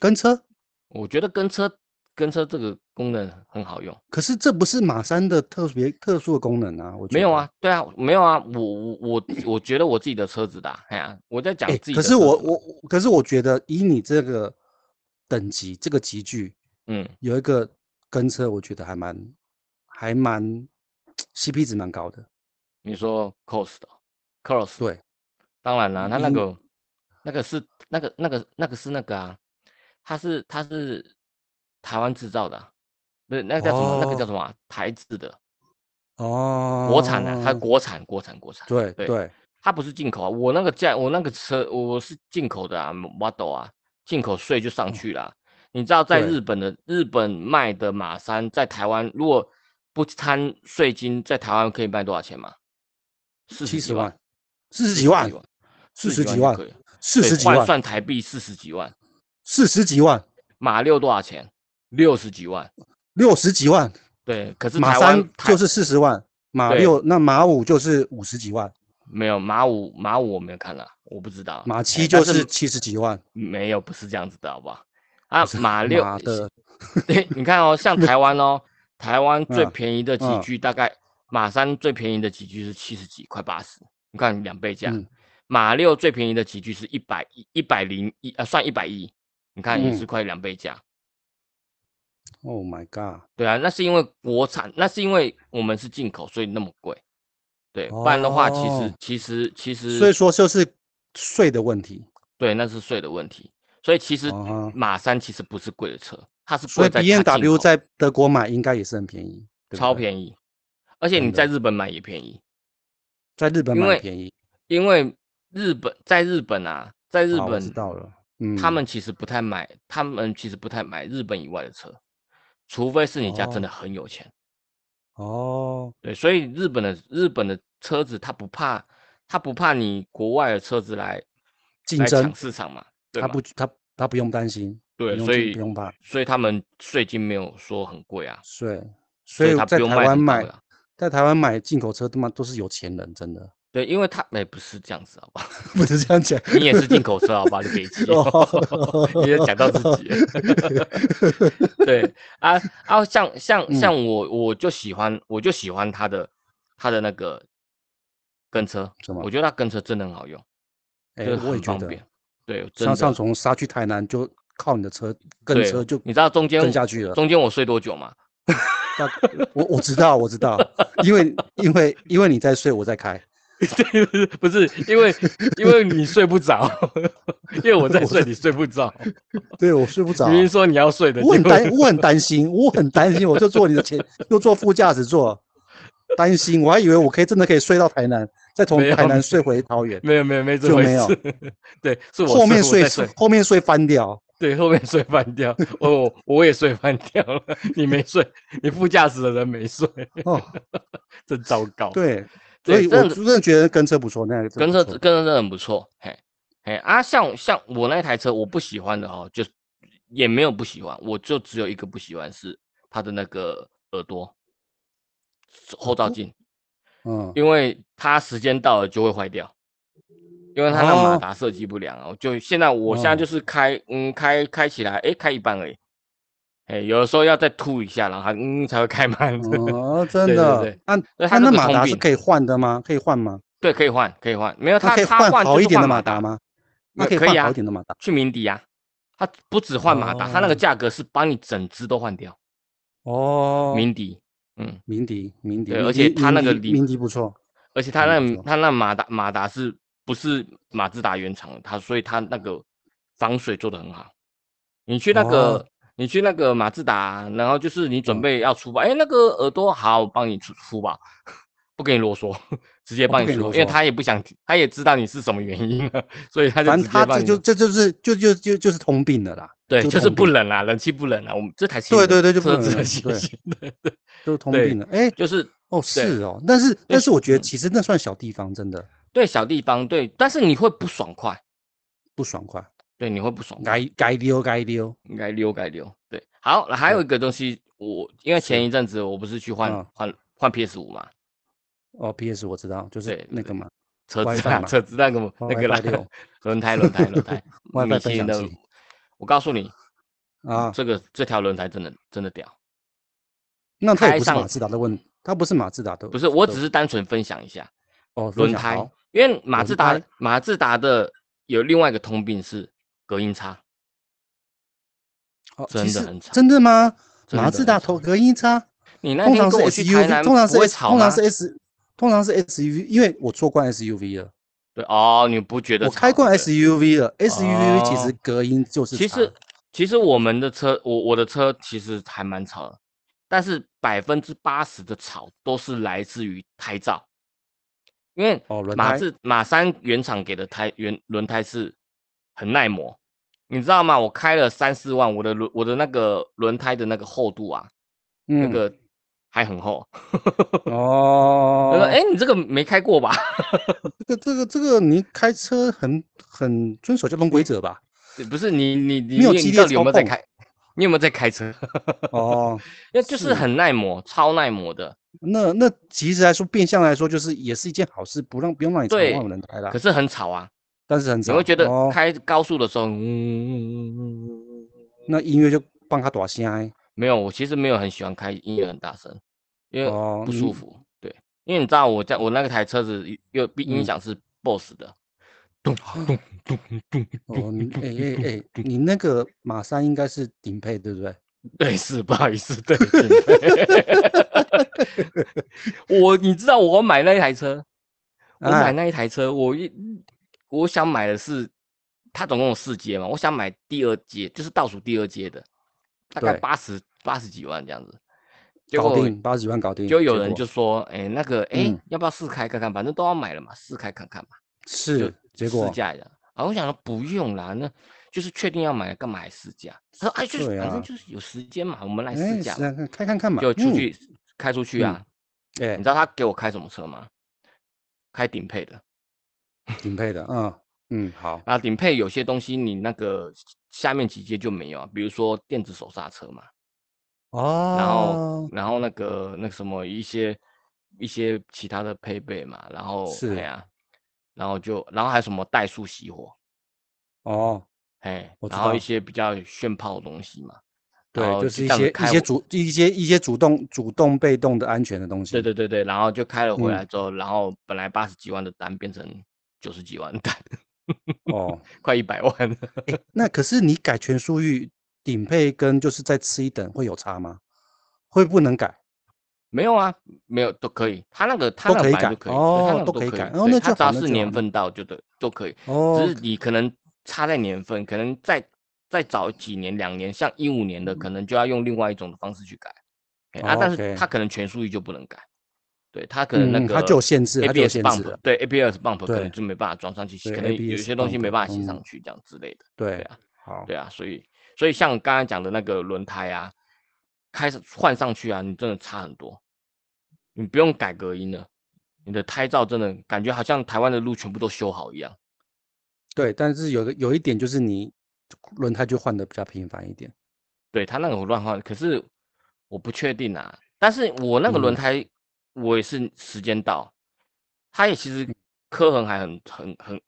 Speaker 2: 跟车，
Speaker 1: 我觉得跟车跟车这个功能很好用。
Speaker 2: 可是这不是马三的特别特殊的功能啊，我觉
Speaker 1: 没有
Speaker 2: 得
Speaker 1: 啊，，对啊，没有啊，我我我我觉得我自己的车子的啊，哎呀、我在讲
Speaker 2: 哎、
Speaker 1: 自己的啊
Speaker 2: 可
Speaker 1: 车
Speaker 2: 是我
Speaker 1: 子嘛
Speaker 2: 我我可是我觉得以你这个等级这个级距，
Speaker 1: 嗯，
Speaker 2: 有一个跟车，我觉得还蛮还蛮 CP 值蛮高的。
Speaker 1: 你说 cost cross，
Speaker 2: 对，嗯
Speaker 1: 当然啦、它那
Speaker 2: 因
Speaker 1: 个那个是那个那个那个是那个啊，它是它是台湾制造的啊、不是那个叫什么、那个叫
Speaker 2: 哦
Speaker 1: 什么啊、台制的，
Speaker 2: 哦，
Speaker 1: 国产的、它国产国产国产，
Speaker 2: 对
Speaker 1: 对
Speaker 2: 对，
Speaker 1: 它不是进口啊，我那个价，我那个车我是进口的啊，model 啊，进口税就上去啦、啊你知道在
Speaker 2: 哦对
Speaker 1: 日本的日本卖的马三，在台湾如果不摊税金，在台湾可以卖多少钱吗？四
Speaker 2: 七十
Speaker 1: 几
Speaker 2: 万
Speaker 1: 万，，
Speaker 2: 四十几万，四十
Speaker 1: 40
Speaker 2: 几
Speaker 1: 就
Speaker 2: 万
Speaker 1: 可，以了，
Speaker 2: 四
Speaker 1: 对
Speaker 2: 十几
Speaker 1: 换
Speaker 2: 万，
Speaker 1: 算台币四十几万，
Speaker 2: 四十几万，
Speaker 1: 马六多少钱？六十几万，
Speaker 2: 六十几万，
Speaker 1: 对，可是
Speaker 2: 马
Speaker 1: 台湾
Speaker 2: 三就是四十万，马
Speaker 1: 对
Speaker 2: 六那马五就是五十几万，
Speaker 1: 没有马五马五我没有看啦，我不知道，
Speaker 2: 马
Speaker 1: 哎
Speaker 2: 七
Speaker 1: 但
Speaker 2: 就是是七十几万，
Speaker 1: 没有，不是这样子的，好不好？啊，
Speaker 2: 是
Speaker 1: 马六
Speaker 2: 马
Speaker 1: *laughs*
Speaker 2: 的
Speaker 1: 对，你看哦，像台湾
Speaker 2: *laughs*
Speaker 1: 哦，台湾最
Speaker 2: 嗯
Speaker 1: 便宜的几
Speaker 2: 嗯
Speaker 1: 居大概马三最便宜的几居是七十几，快八十，你看两倍价。
Speaker 2: 嗯
Speaker 1: 马六最便宜的几居是一百一一百零一，呃，算一百一，你看也是
Speaker 2: 嗯
Speaker 1: 快两倍价。
Speaker 2: ，Oh my god，
Speaker 1: 对啊，那是因为国产，那是因为我们是进口，所以那么贵。对，不然的话，其实
Speaker 2: 哦
Speaker 1: 其实其实，
Speaker 2: 所以说就是税的问题，
Speaker 1: 对，那是税的问题。所以其实
Speaker 2: 哦哈
Speaker 1: 马三其实不是贵的车，它是
Speaker 2: 所
Speaker 1: 贵
Speaker 2: 以
Speaker 1: 在
Speaker 2: B
Speaker 1: 它
Speaker 2: N
Speaker 1: 进
Speaker 2: W
Speaker 1: 口
Speaker 2: 在德国买应该也是很便宜，对不
Speaker 1: 超
Speaker 2: 对，
Speaker 1: 便宜，而且你
Speaker 2: 真
Speaker 1: 在
Speaker 2: 的
Speaker 1: 日本买也便宜。
Speaker 2: 在日本
Speaker 1: 因
Speaker 2: 买
Speaker 1: 为
Speaker 2: 便宜，
Speaker 1: 因为日本在日本啊，在日
Speaker 2: 好我知
Speaker 1: 本，
Speaker 2: 道了，嗯，
Speaker 1: 他们其实不太买，他们其实不太买日本以外的车，除非是你家真的很有钱。
Speaker 2: 哦，
Speaker 1: 对，所以日本的日本的车子，他不怕，他不怕你国外的车子来
Speaker 2: 竞
Speaker 1: 来
Speaker 2: 争
Speaker 1: 抢市场嘛，对
Speaker 2: 他
Speaker 1: 吗
Speaker 2: 不他他不用担心，不
Speaker 1: 对，
Speaker 2: 用
Speaker 1: 所
Speaker 2: 进
Speaker 1: 以
Speaker 2: 不用怕
Speaker 1: 所以他们税金没有说很贵啊，
Speaker 2: 税，
Speaker 1: 所
Speaker 2: 所以
Speaker 1: 他不
Speaker 2: 在
Speaker 1: 用
Speaker 2: 台
Speaker 1: 卖
Speaker 2: 湾
Speaker 1: 很高
Speaker 2: 买
Speaker 1: 的啊。
Speaker 2: 在台湾买进口车他妈都是有钱人，真的
Speaker 1: 对，因为他哎、不是这样子，好吧？
Speaker 2: *laughs* 不是这样讲。
Speaker 1: 你也是进口车，好吧？你北极，
Speaker 2: 哦
Speaker 1: 你也讲到自己了。
Speaker 2: *laughs*
Speaker 1: 对啊啊，像像
Speaker 2: 嗯
Speaker 1: 像我我就喜欢我就喜欢它的它的那个跟车，
Speaker 2: 什么
Speaker 1: 我觉得它跟车真的很好用，
Speaker 2: 哎、
Speaker 1: 就是
Speaker 2: 我也
Speaker 1: 很
Speaker 2: 觉
Speaker 1: 方
Speaker 2: 得
Speaker 1: 便。。对，真
Speaker 2: 像
Speaker 1: 的。
Speaker 2: 上从杀去台南就靠你的车跟
Speaker 1: 对
Speaker 2: 车就
Speaker 1: 你知道中间
Speaker 2: 跟下去了。
Speaker 1: 中间我睡多久吗？
Speaker 2: 大我我知道我知道，因为因为因为你在睡我在开，
Speaker 1: *laughs* 对，不是因为因为你睡不着，因为我在睡，
Speaker 2: 我
Speaker 1: 你睡不着。
Speaker 2: 对我睡不着啊。
Speaker 1: 明明说你要睡的，
Speaker 2: 我很
Speaker 1: 结果
Speaker 2: 担，我很担心，我很担心，我就坐你的前，又坐副驾驶座，担心，我还以为我可以真的可以睡到台南，再从
Speaker 1: 没有
Speaker 2: 台南睡回桃园，
Speaker 1: 没有没有没这
Speaker 2: 就
Speaker 1: 回
Speaker 2: 没有
Speaker 1: 事。 *laughs* 对，是我
Speaker 2: 后面
Speaker 1: 睡
Speaker 2: 睡
Speaker 1: 我在睡，
Speaker 2: 后面睡翻掉，
Speaker 1: 对，后面睡翻掉，我我也睡翻掉了，你没睡，你副驾驶的人没睡，
Speaker 2: 哦，
Speaker 1: *laughs* 真糟糕。
Speaker 2: 对，所
Speaker 1: 对，
Speaker 2: 以我
Speaker 1: 真的
Speaker 2: 真的觉得跟车不错，那个真
Speaker 1: 跟
Speaker 2: 的不
Speaker 1: 车
Speaker 2: 错
Speaker 1: 跟车真的很不错，嘿，嘿啊，像像我那台车我不喜欢的哦，就也没有不喜欢，我就只有一个不喜欢是它的那个耳朵后照镜，
Speaker 2: 嗯，
Speaker 1: 因为它时间到了就会坏掉，因为它的马
Speaker 2: 哦
Speaker 1: 达设计不良啊。就现在我现在
Speaker 2: 哦
Speaker 1: 就是开嗯开开起来，诶，开一半而已，哎有的时候要再吐一下，然后它嗯才会开慢。
Speaker 2: 哦，真
Speaker 1: 对
Speaker 2: 的
Speaker 1: 对，
Speaker 2: 那
Speaker 1: 对
Speaker 2: 那
Speaker 1: 它这
Speaker 2: 那
Speaker 1: 个
Speaker 2: 马
Speaker 1: 通
Speaker 2: 达是
Speaker 1: 病
Speaker 2: 可以换的吗？可以换吗？
Speaker 1: *laughs* 对，可以换可以换，没有它
Speaker 2: 可以
Speaker 1: 它换
Speaker 2: 好
Speaker 1: 就
Speaker 2: 一
Speaker 1: 是
Speaker 2: 点的
Speaker 1: 换
Speaker 2: 马
Speaker 1: 达
Speaker 2: 达吗？
Speaker 1: 没
Speaker 2: 那
Speaker 1: 有
Speaker 2: 可以
Speaker 1: 可以
Speaker 2: 换
Speaker 1: 啊
Speaker 2: 好一点的马达
Speaker 1: 去鸣笛啊，它不止换马达，它那个
Speaker 2: 哦
Speaker 1: 价格是把你整只都换掉，
Speaker 2: 哦，
Speaker 1: 鸣笛，嗯，
Speaker 2: 鸣笛，鸣笛，
Speaker 1: 对而
Speaker 2: 鸣
Speaker 1: 且
Speaker 2: 笛
Speaker 1: 它那个
Speaker 2: 鸣笛
Speaker 1: 里
Speaker 2: 鸣笛不错，
Speaker 1: 而且它
Speaker 2: 嗯
Speaker 1: 那
Speaker 2: 不
Speaker 1: 个
Speaker 2: 错
Speaker 1: 它那马达马达是不是马自达原厂的？它所以它那个防水做的很好。你去那个、
Speaker 2: 哦
Speaker 1: 你去那个马自达，然后就是你准
Speaker 2: 嗯
Speaker 1: 备要出吧，哎、那个耳朵好，我帮你出出吧， *laughs* 不跟你啰嗦，直接
Speaker 2: 哦
Speaker 1: 帮
Speaker 2: 不
Speaker 1: 你
Speaker 2: 跟你
Speaker 1: 出，
Speaker 2: 啰
Speaker 1: 因为
Speaker 2: 嗦
Speaker 1: 他也不想，他也知道你是什么原因了，所以他就
Speaker 2: 反
Speaker 1: 直
Speaker 2: 正
Speaker 1: 接
Speaker 2: 它
Speaker 1: 帮
Speaker 2: 这
Speaker 1: 你
Speaker 2: 就这就是就就就就是通病了啦，
Speaker 1: 对，
Speaker 2: 就
Speaker 1: 就是
Speaker 2: 同
Speaker 1: 不
Speaker 2: 病
Speaker 1: 冷啦，冷气不冷啊啦，我们这台新
Speaker 2: 对
Speaker 1: 的
Speaker 2: 对对就不
Speaker 1: 车
Speaker 2: 冷
Speaker 1: 子的
Speaker 2: 了
Speaker 1: 新
Speaker 2: 对
Speaker 1: 型的，对，
Speaker 2: 就是通
Speaker 1: 对
Speaker 2: 病了。哎，
Speaker 1: 就是嗯
Speaker 2: 哦是哦，但是但是我觉得其实那算小地方，真的
Speaker 1: 对小地方对，但是你会不爽快，
Speaker 2: 不爽快，
Speaker 1: 对，你会不爽快，
Speaker 2: 该该溜该溜，
Speaker 1: 应该溜该溜。对，好，那还有一个东西，我因为前一阵子我不是去换
Speaker 2: 嗯
Speaker 1: 换换 PS 五嘛，
Speaker 2: 哦，P.S. 我知道，就是
Speaker 1: 对
Speaker 2: 那个嘛哦
Speaker 1: 车子
Speaker 2: WiFi
Speaker 1: 啊，
Speaker 2: 嘛
Speaker 1: 车子那个那个啦
Speaker 2: WiFi
Speaker 1: *laughs*
Speaker 2: 六，
Speaker 1: 轮胎轮胎轮
Speaker 2: *laughs*
Speaker 1: 胎
Speaker 2: WiFi
Speaker 1: 米其林
Speaker 2: 分
Speaker 1: 的
Speaker 2: 享器，
Speaker 1: 我告诉你，
Speaker 2: 啊，
Speaker 1: 这个这条轮胎真的真的屌，
Speaker 2: 那它也
Speaker 1: 开
Speaker 2: 不是马
Speaker 1: 上
Speaker 2: 自达的问题，它不是马自达的，
Speaker 1: 不是，我
Speaker 2: 的
Speaker 1: 只是单纯分享一下，
Speaker 2: 哦
Speaker 1: 轮
Speaker 2: 分享
Speaker 1: 胎
Speaker 2: 好，
Speaker 1: 因为马自达
Speaker 2: 轮胎
Speaker 1: 马自达的有另外一个通病是隔音差，
Speaker 2: 哦
Speaker 1: 真
Speaker 2: 其
Speaker 1: 的
Speaker 2: 实
Speaker 1: 很差
Speaker 2: 真的吗？
Speaker 1: 真
Speaker 2: 马
Speaker 1: 的
Speaker 2: 自
Speaker 1: 很
Speaker 2: 达
Speaker 1: 差
Speaker 2: 头隔音差，
Speaker 1: 你那
Speaker 2: 通
Speaker 1: 天
Speaker 2: 常
Speaker 1: 跟
Speaker 2: 是
Speaker 1: 我去台
Speaker 2: SUV，
Speaker 1: 南，
Speaker 2: 通常是
Speaker 1: 不会
Speaker 2: S，
Speaker 1: 吵
Speaker 2: 通
Speaker 1: 吗
Speaker 2: 常？是 S，通常是 SUV，因为我坐惯 SUV 了，
Speaker 1: 对哦，你不觉得
Speaker 2: 我
Speaker 1: 吵
Speaker 2: 开
Speaker 1: 对
Speaker 2: 惯
Speaker 1: 不对
Speaker 2: SUV 了，SUV 其实
Speaker 1: 哦
Speaker 2: 隔音就是
Speaker 1: 其
Speaker 2: 差
Speaker 1: 实其实我们的车，我我的车其实还蛮吵的，但是百分之八十的吵都是来自于胎噪，因为
Speaker 2: 哦轮
Speaker 1: 马
Speaker 2: 胎
Speaker 1: 自马三原厂给的胎原轮胎是很耐磨，你知道吗？我开了三四万，我的轮我的那个轮胎的那个厚度啊，那
Speaker 2: 嗯
Speaker 1: 个还很厚。他
Speaker 2: 哦
Speaker 1: 说：“，哎，你这个没开过吧？” *laughs*
Speaker 2: 这个这个这个你开车很很遵守交通规则吧？
Speaker 1: 不是你你你
Speaker 2: 没有
Speaker 1: 你
Speaker 2: 激
Speaker 1: 你
Speaker 2: 烈
Speaker 1: 到底有没有在
Speaker 2: 操控
Speaker 1: 开？ *laughs* 你有没有在开车？ *laughs*
Speaker 2: 哦，
Speaker 1: 那就是
Speaker 2: 是
Speaker 1: 很耐磨，超耐磨的。
Speaker 2: 那那其实来说，变相来说就是也是一件好事，不让不用让你常
Speaker 1: 对
Speaker 2: 换轮胎啦
Speaker 1: 可。是很吵啊，
Speaker 2: 但是很
Speaker 1: 你
Speaker 2: 少，
Speaker 1: 会觉得
Speaker 2: 哦，
Speaker 1: 开高速的时候，嗯，
Speaker 2: 那音乐就帮他打声哎。
Speaker 1: 没有，我其实没有很喜欢开音乐很大声，因为
Speaker 2: 哦
Speaker 1: 呃不
Speaker 2: 你
Speaker 1: 舒服。对，因为你知道我在我那个台车子又又音
Speaker 2: 嗯
Speaker 1: 响是 BOSS 的，咚咚咚咚
Speaker 2: 哦，你
Speaker 1: *laughs* 咚
Speaker 2: 哎
Speaker 1: 咚
Speaker 2: 哎哎，你那个马三应该是顶配，对不对？
Speaker 1: 对，是不好意思，对对。 *laughs* 我你知道我买那一台车，我买
Speaker 2: 哎
Speaker 1: 那一台车，我一我想买的是，它总共有四阶嘛，我想买第二阶，就是倒数第二阶的，大概
Speaker 2: 对
Speaker 1: 八十八十几万这样子。结
Speaker 2: 搞
Speaker 1: 果
Speaker 2: 定，八十几万搞定。
Speaker 1: 就有
Speaker 2: 结
Speaker 1: 人
Speaker 2: 果
Speaker 1: 就说，哎、那个哎、
Speaker 2: 嗯
Speaker 1: 要不要试开看看？反正都要买了嘛，试开看看嘛。
Speaker 2: 是结
Speaker 1: 试
Speaker 2: 果
Speaker 1: 驾的。啊，我想说不用啦，那就是确定要买了，干嘛还试驾？他说哎，就是
Speaker 2: 对
Speaker 1: 反正
Speaker 2: 啊
Speaker 1: 就是有时间嘛，我们来
Speaker 2: 哎，
Speaker 1: 试
Speaker 2: 是
Speaker 1: 驾
Speaker 2: 啊
Speaker 1: 嘛。
Speaker 2: 看开看看嘛，
Speaker 1: 就出
Speaker 2: 嗯
Speaker 1: 去、开出去啊。
Speaker 2: 哎
Speaker 1: 你知道他给我开什么车吗？开顶配的。
Speaker 2: 顶配的，嗯嗯好，
Speaker 1: 啊，顶配有些东西你那个下面几阶就没有啊，比如说电子手刹车嘛，然后
Speaker 2: 哦，
Speaker 1: 然后那个那个什么一些一些其他的配备嘛，然后
Speaker 2: 是
Speaker 1: 哎呀，然后就然后还有什么怠速熄火，
Speaker 2: 哦，
Speaker 1: 哎
Speaker 2: 我，知
Speaker 1: 然后一
Speaker 2: 道
Speaker 1: 些比较炫炮的东西嘛，然
Speaker 2: 对，
Speaker 1: 后
Speaker 2: 就是一
Speaker 1: 这样子
Speaker 2: 些一
Speaker 1: 开
Speaker 2: 些
Speaker 1: 我
Speaker 2: 主一些一些主动主动被动的安全的东西。
Speaker 1: 对对对对，然后就开了回
Speaker 2: 嗯
Speaker 1: 来之后，然后本来八十几万的单变成九十几万的单，
Speaker 2: 哦，
Speaker 1: 快一百万了。 *laughs*
Speaker 2: 那可是你改全速域顶配跟就是再吃一等会有差吗？会不能改？
Speaker 1: 没有啊，没有都可以，他那个他
Speaker 2: 都
Speaker 1: 那个
Speaker 2: 可以
Speaker 1: 本来
Speaker 2: 改
Speaker 1: 就可以，对他
Speaker 2: 哦
Speaker 1: 那个
Speaker 2: 都
Speaker 1: 都
Speaker 2: 可以
Speaker 1: 可以，
Speaker 2: 改哦
Speaker 1: 对
Speaker 2: 那
Speaker 1: 他
Speaker 2: 就
Speaker 1: 只
Speaker 2: 好
Speaker 1: 要
Speaker 2: 那
Speaker 1: 是
Speaker 2: 就好
Speaker 1: 年
Speaker 2: 那
Speaker 1: 份到就对都可以，
Speaker 2: 哦
Speaker 1: 只是你可能差在年份，可能再再早几年两年，像一五年的可能就要用另外一种的方式去改，哎啊，
Speaker 2: 哦
Speaker 1: 但
Speaker 2: ，OK
Speaker 1: 是他可能全数据就不能改，对他可能那
Speaker 2: 嗯嗯
Speaker 1: 个
Speaker 2: 它就有限制它就有
Speaker 1: ABS
Speaker 2: 限
Speaker 1: bump
Speaker 2: 制了
Speaker 1: 对 ABS bump 可
Speaker 2: 对
Speaker 1: 能就没办法装上去，
Speaker 2: 对
Speaker 1: 可能有
Speaker 2: ABS
Speaker 1: 些东西
Speaker 2: bump，
Speaker 1: 没办法写
Speaker 2: 嗯
Speaker 1: 上去这样之类的，
Speaker 2: 对
Speaker 1: 啊，
Speaker 2: 好，
Speaker 1: 对啊，所以所以像刚才讲的那个轮胎啊，开始换上去啊，你真的差很多，你不用改隔音了，你的胎噪真的感觉好像台湾的路全部都修好一样。
Speaker 2: 对，但是有个有一点就是你轮胎就换的比较频繁一点。
Speaker 1: 对他那个乱换，可是我不确定啊。但是我那个轮
Speaker 2: 嗯
Speaker 1: 胎，我也是时间到，它也其
Speaker 2: 嗯
Speaker 1: 实磕痕还很很很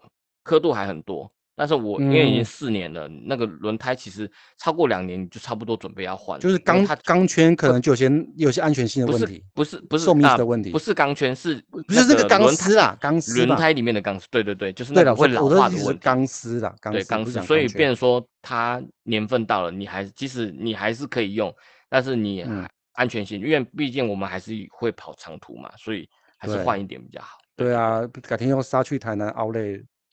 Speaker 1: 刻度还很多，但是我因为已
Speaker 2: 嗯
Speaker 1: 经四年了，那个轮胎其实超过两年你就差不多准备要换了，
Speaker 2: 就是
Speaker 1: 因为
Speaker 2: 钢
Speaker 1: 它
Speaker 2: 钢圈可能就有些有些安全性的
Speaker 1: 不
Speaker 2: 问
Speaker 1: 是
Speaker 2: 题，
Speaker 1: 不是不是
Speaker 2: 寿命
Speaker 1: 啊
Speaker 2: 的问题
Speaker 1: 不是钢圈是
Speaker 2: 不是那个钢
Speaker 1: 轮
Speaker 2: 丝
Speaker 1: 胎
Speaker 2: 啊，钢丝
Speaker 1: 轮
Speaker 2: 吧
Speaker 1: 胎里面的钢丝，对对对，就是
Speaker 2: 对
Speaker 1: 那
Speaker 2: 了，
Speaker 1: 个
Speaker 2: 我说
Speaker 1: 会老
Speaker 2: 我的
Speaker 1: 化
Speaker 2: 意
Speaker 1: 的
Speaker 2: 思是
Speaker 1: 问题。
Speaker 2: 钢丝啦，钢
Speaker 1: 对
Speaker 2: 丝
Speaker 1: 钢
Speaker 2: 不是
Speaker 1: 丝，所
Speaker 2: 讲钢
Speaker 1: 以
Speaker 2: 圈
Speaker 1: 变成说它年份到了，你还即使你还是可以用，但是你
Speaker 2: 嗯
Speaker 1: 还安全性，因为毕竟我们还是会跑长途嘛，所以还是
Speaker 2: 对
Speaker 1: 换一点比较好。
Speaker 2: 对啊，改天用沙去台南奥莱，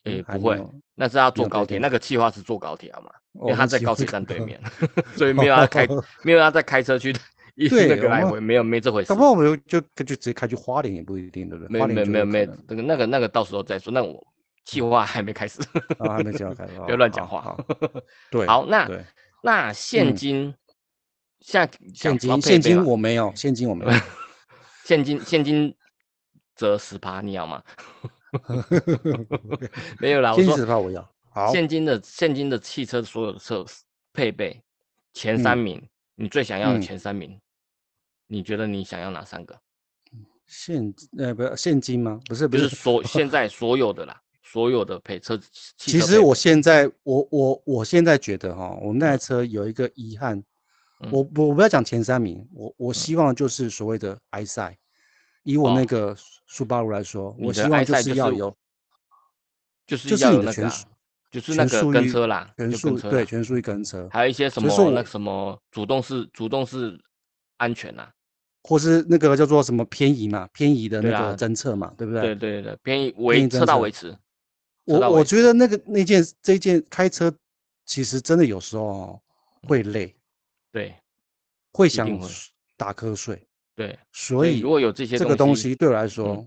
Speaker 1: 诶，
Speaker 2: 还
Speaker 1: 不
Speaker 2: 没
Speaker 1: 会
Speaker 2: 有，
Speaker 1: 那是要
Speaker 2: 没
Speaker 1: 坐
Speaker 2: 有
Speaker 1: 高
Speaker 2: 改
Speaker 1: 铁，
Speaker 2: 变
Speaker 1: 那个计划是坐高铁好吗？因为
Speaker 2: 哦
Speaker 1: 他
Speaker 2: 那
Speaker 1: 在
Speaker 2: 几
Speaker 1: 高
Speaker 2: 乎
Speaker 1: 铁
Speaker 2: 可
Speaker 1: 站对
Speaker 2: 能
Speaker 1: 面， *laughs* 所以没有要
Speaker 2: *laughs*
Speaker 1: 开，没有要再开车去一那
Speaker 2: 哦对
Speaker 1: 个
Speaker 2: 我
Speaker 1: 来
Speaker 2: 们
Speaker 1: 回，没有没这回事
Speaker 2: 搞不。好我们就就就直接开去花莲也不一定，对不对？
Speaker 1: 没
Speaker 2: 花
Speaker 1: 没
Speaker 2: 莲就
Speaker 1: 没
Speaker 2: 有
Speaker 1: 没
Speaker 2: 可能，嗯
Speaker 1: 那个那个那个到时候再说，那我计划还没开始， *laughs*
Speaker 2: 啊，还没讲开，不
Speaker 1: 不要乱讲话。
Speaker 2: 好，对，
Speaker 1: 好，那
Speaker 2: 对，
Speaker 1: 那现
Speaker 2: 嗯
Speaker 1: 金，现在
Speaker 2: 现
Speaker 1: 讲到
Speaker 2: 金
Speaker 1: 配
Speaker 2: 现
Speaker 1: 备
Speaker 2: 金
Speaker 1: 嘛
Speaker 2: 我没有，现金我没有，
Speaker 1: 现金现金折十趴，你要
Speaker 2: *laughs*
Speaker 1: 吗？没有啦，我
Speaker 2: 现金
Speaker 1: 说
Speaker 2: 十趴我要。好，
Speaker 1: 现金的现金的汽车所有的设施配备前三
Speaker 2: 嗯
Speaker 1: 名，你最想要的
Speaker 2: 嗯
Speaker 1: 前三名，你觉得你想要哪三个？
Speaker 2: 现呃不是现金吗？不是不
Speaker 1: 就是
Speaker 2: 是，
Speaker 1: 所现在所有的啦，所有的配车汽
Speaker 2: 其
Speaker 1: 车
Speaker 2: 实
Speaker 1: 配
Speaker 2: 我现在我我我现在觉得哈，我们那台车有一个遗憾，
Speaker 1: 嗯
Speaker 2: 我我不要讲前三名，我我希望就是所谓的埃塞，以我那
Speaker 1: 哦
Speaker 2: 个苏苏巴鲁来说，
Speaker 1: 你
Speaker 2: 我
Speaker 1: 的
Speaker 2: 希望就
Speaker 1: eyesight
Speaker 2: 是
Speaker 1: 就
Speaker 2: 要
Speaker 1: 是
Speaker 2: 有
Speaker 1: 就是
Speaker 2: 就是
Speaker 1: 要
Speaker 2: 你
Speaker 1: 有
Speaker 2: 的
Speaker 1: 那
Speaker 2: 全
Speaker 1: 个啊
Speaker 2: 速
Speaker 1: 就是那
Speaker 2: 全
Speaker 1: 个
Speaker 2: 速
Speaker 1: 跟
Speaker 2: 域
Speaker 1: 车啦，
Speaker 2: 全
Speaker 1: 就跟
Speaker 2: 速
Speaker 1: 车
Speaker 2: 对
Speaker 1: 啦
Speaker 2: 全速域跟车，
Speaker 1: 还有一些什
Speaker 2: 所以说
Speaker 1: 么那
Speaker 2: 我
Speaker 1: 个什么主动式主动式安全啊呐、
Speaker 2: 或是那个叫做什么偏移嘛，偏移的
Speaker 1: 对
Speaker 2: 那个
Speaker 1: 啊
Speaker 2: 侦测嘛，对不对？
Speaker 1: 对对对，偏移
Speaker 2: 偏移
Speaker 1: 维
Speaker 2: 侦
Speaker 1: 车道
Speaker 2: 测
Speaker 1: 维持。车道
Speaker 2: 我我
Speaker 1: 维
Speaker 2: 觉得那个那件这件开车其实真的有时候哦会累，
Speaker 1: 对
Speaker 2: 会
Speaker 1: 嗯定
Speaker 2: 想
Speaker 1: 会
Speaker 2: 睡打瞌睡，
Speaker 1: 对，
Speaker 2: 所以
Speaker 1: 如果有这些
Speaker 2: 这个东
Speaker 1: 东
Speaker 2: 西
Speaker 1: 西，
Speaker 2: 对我来说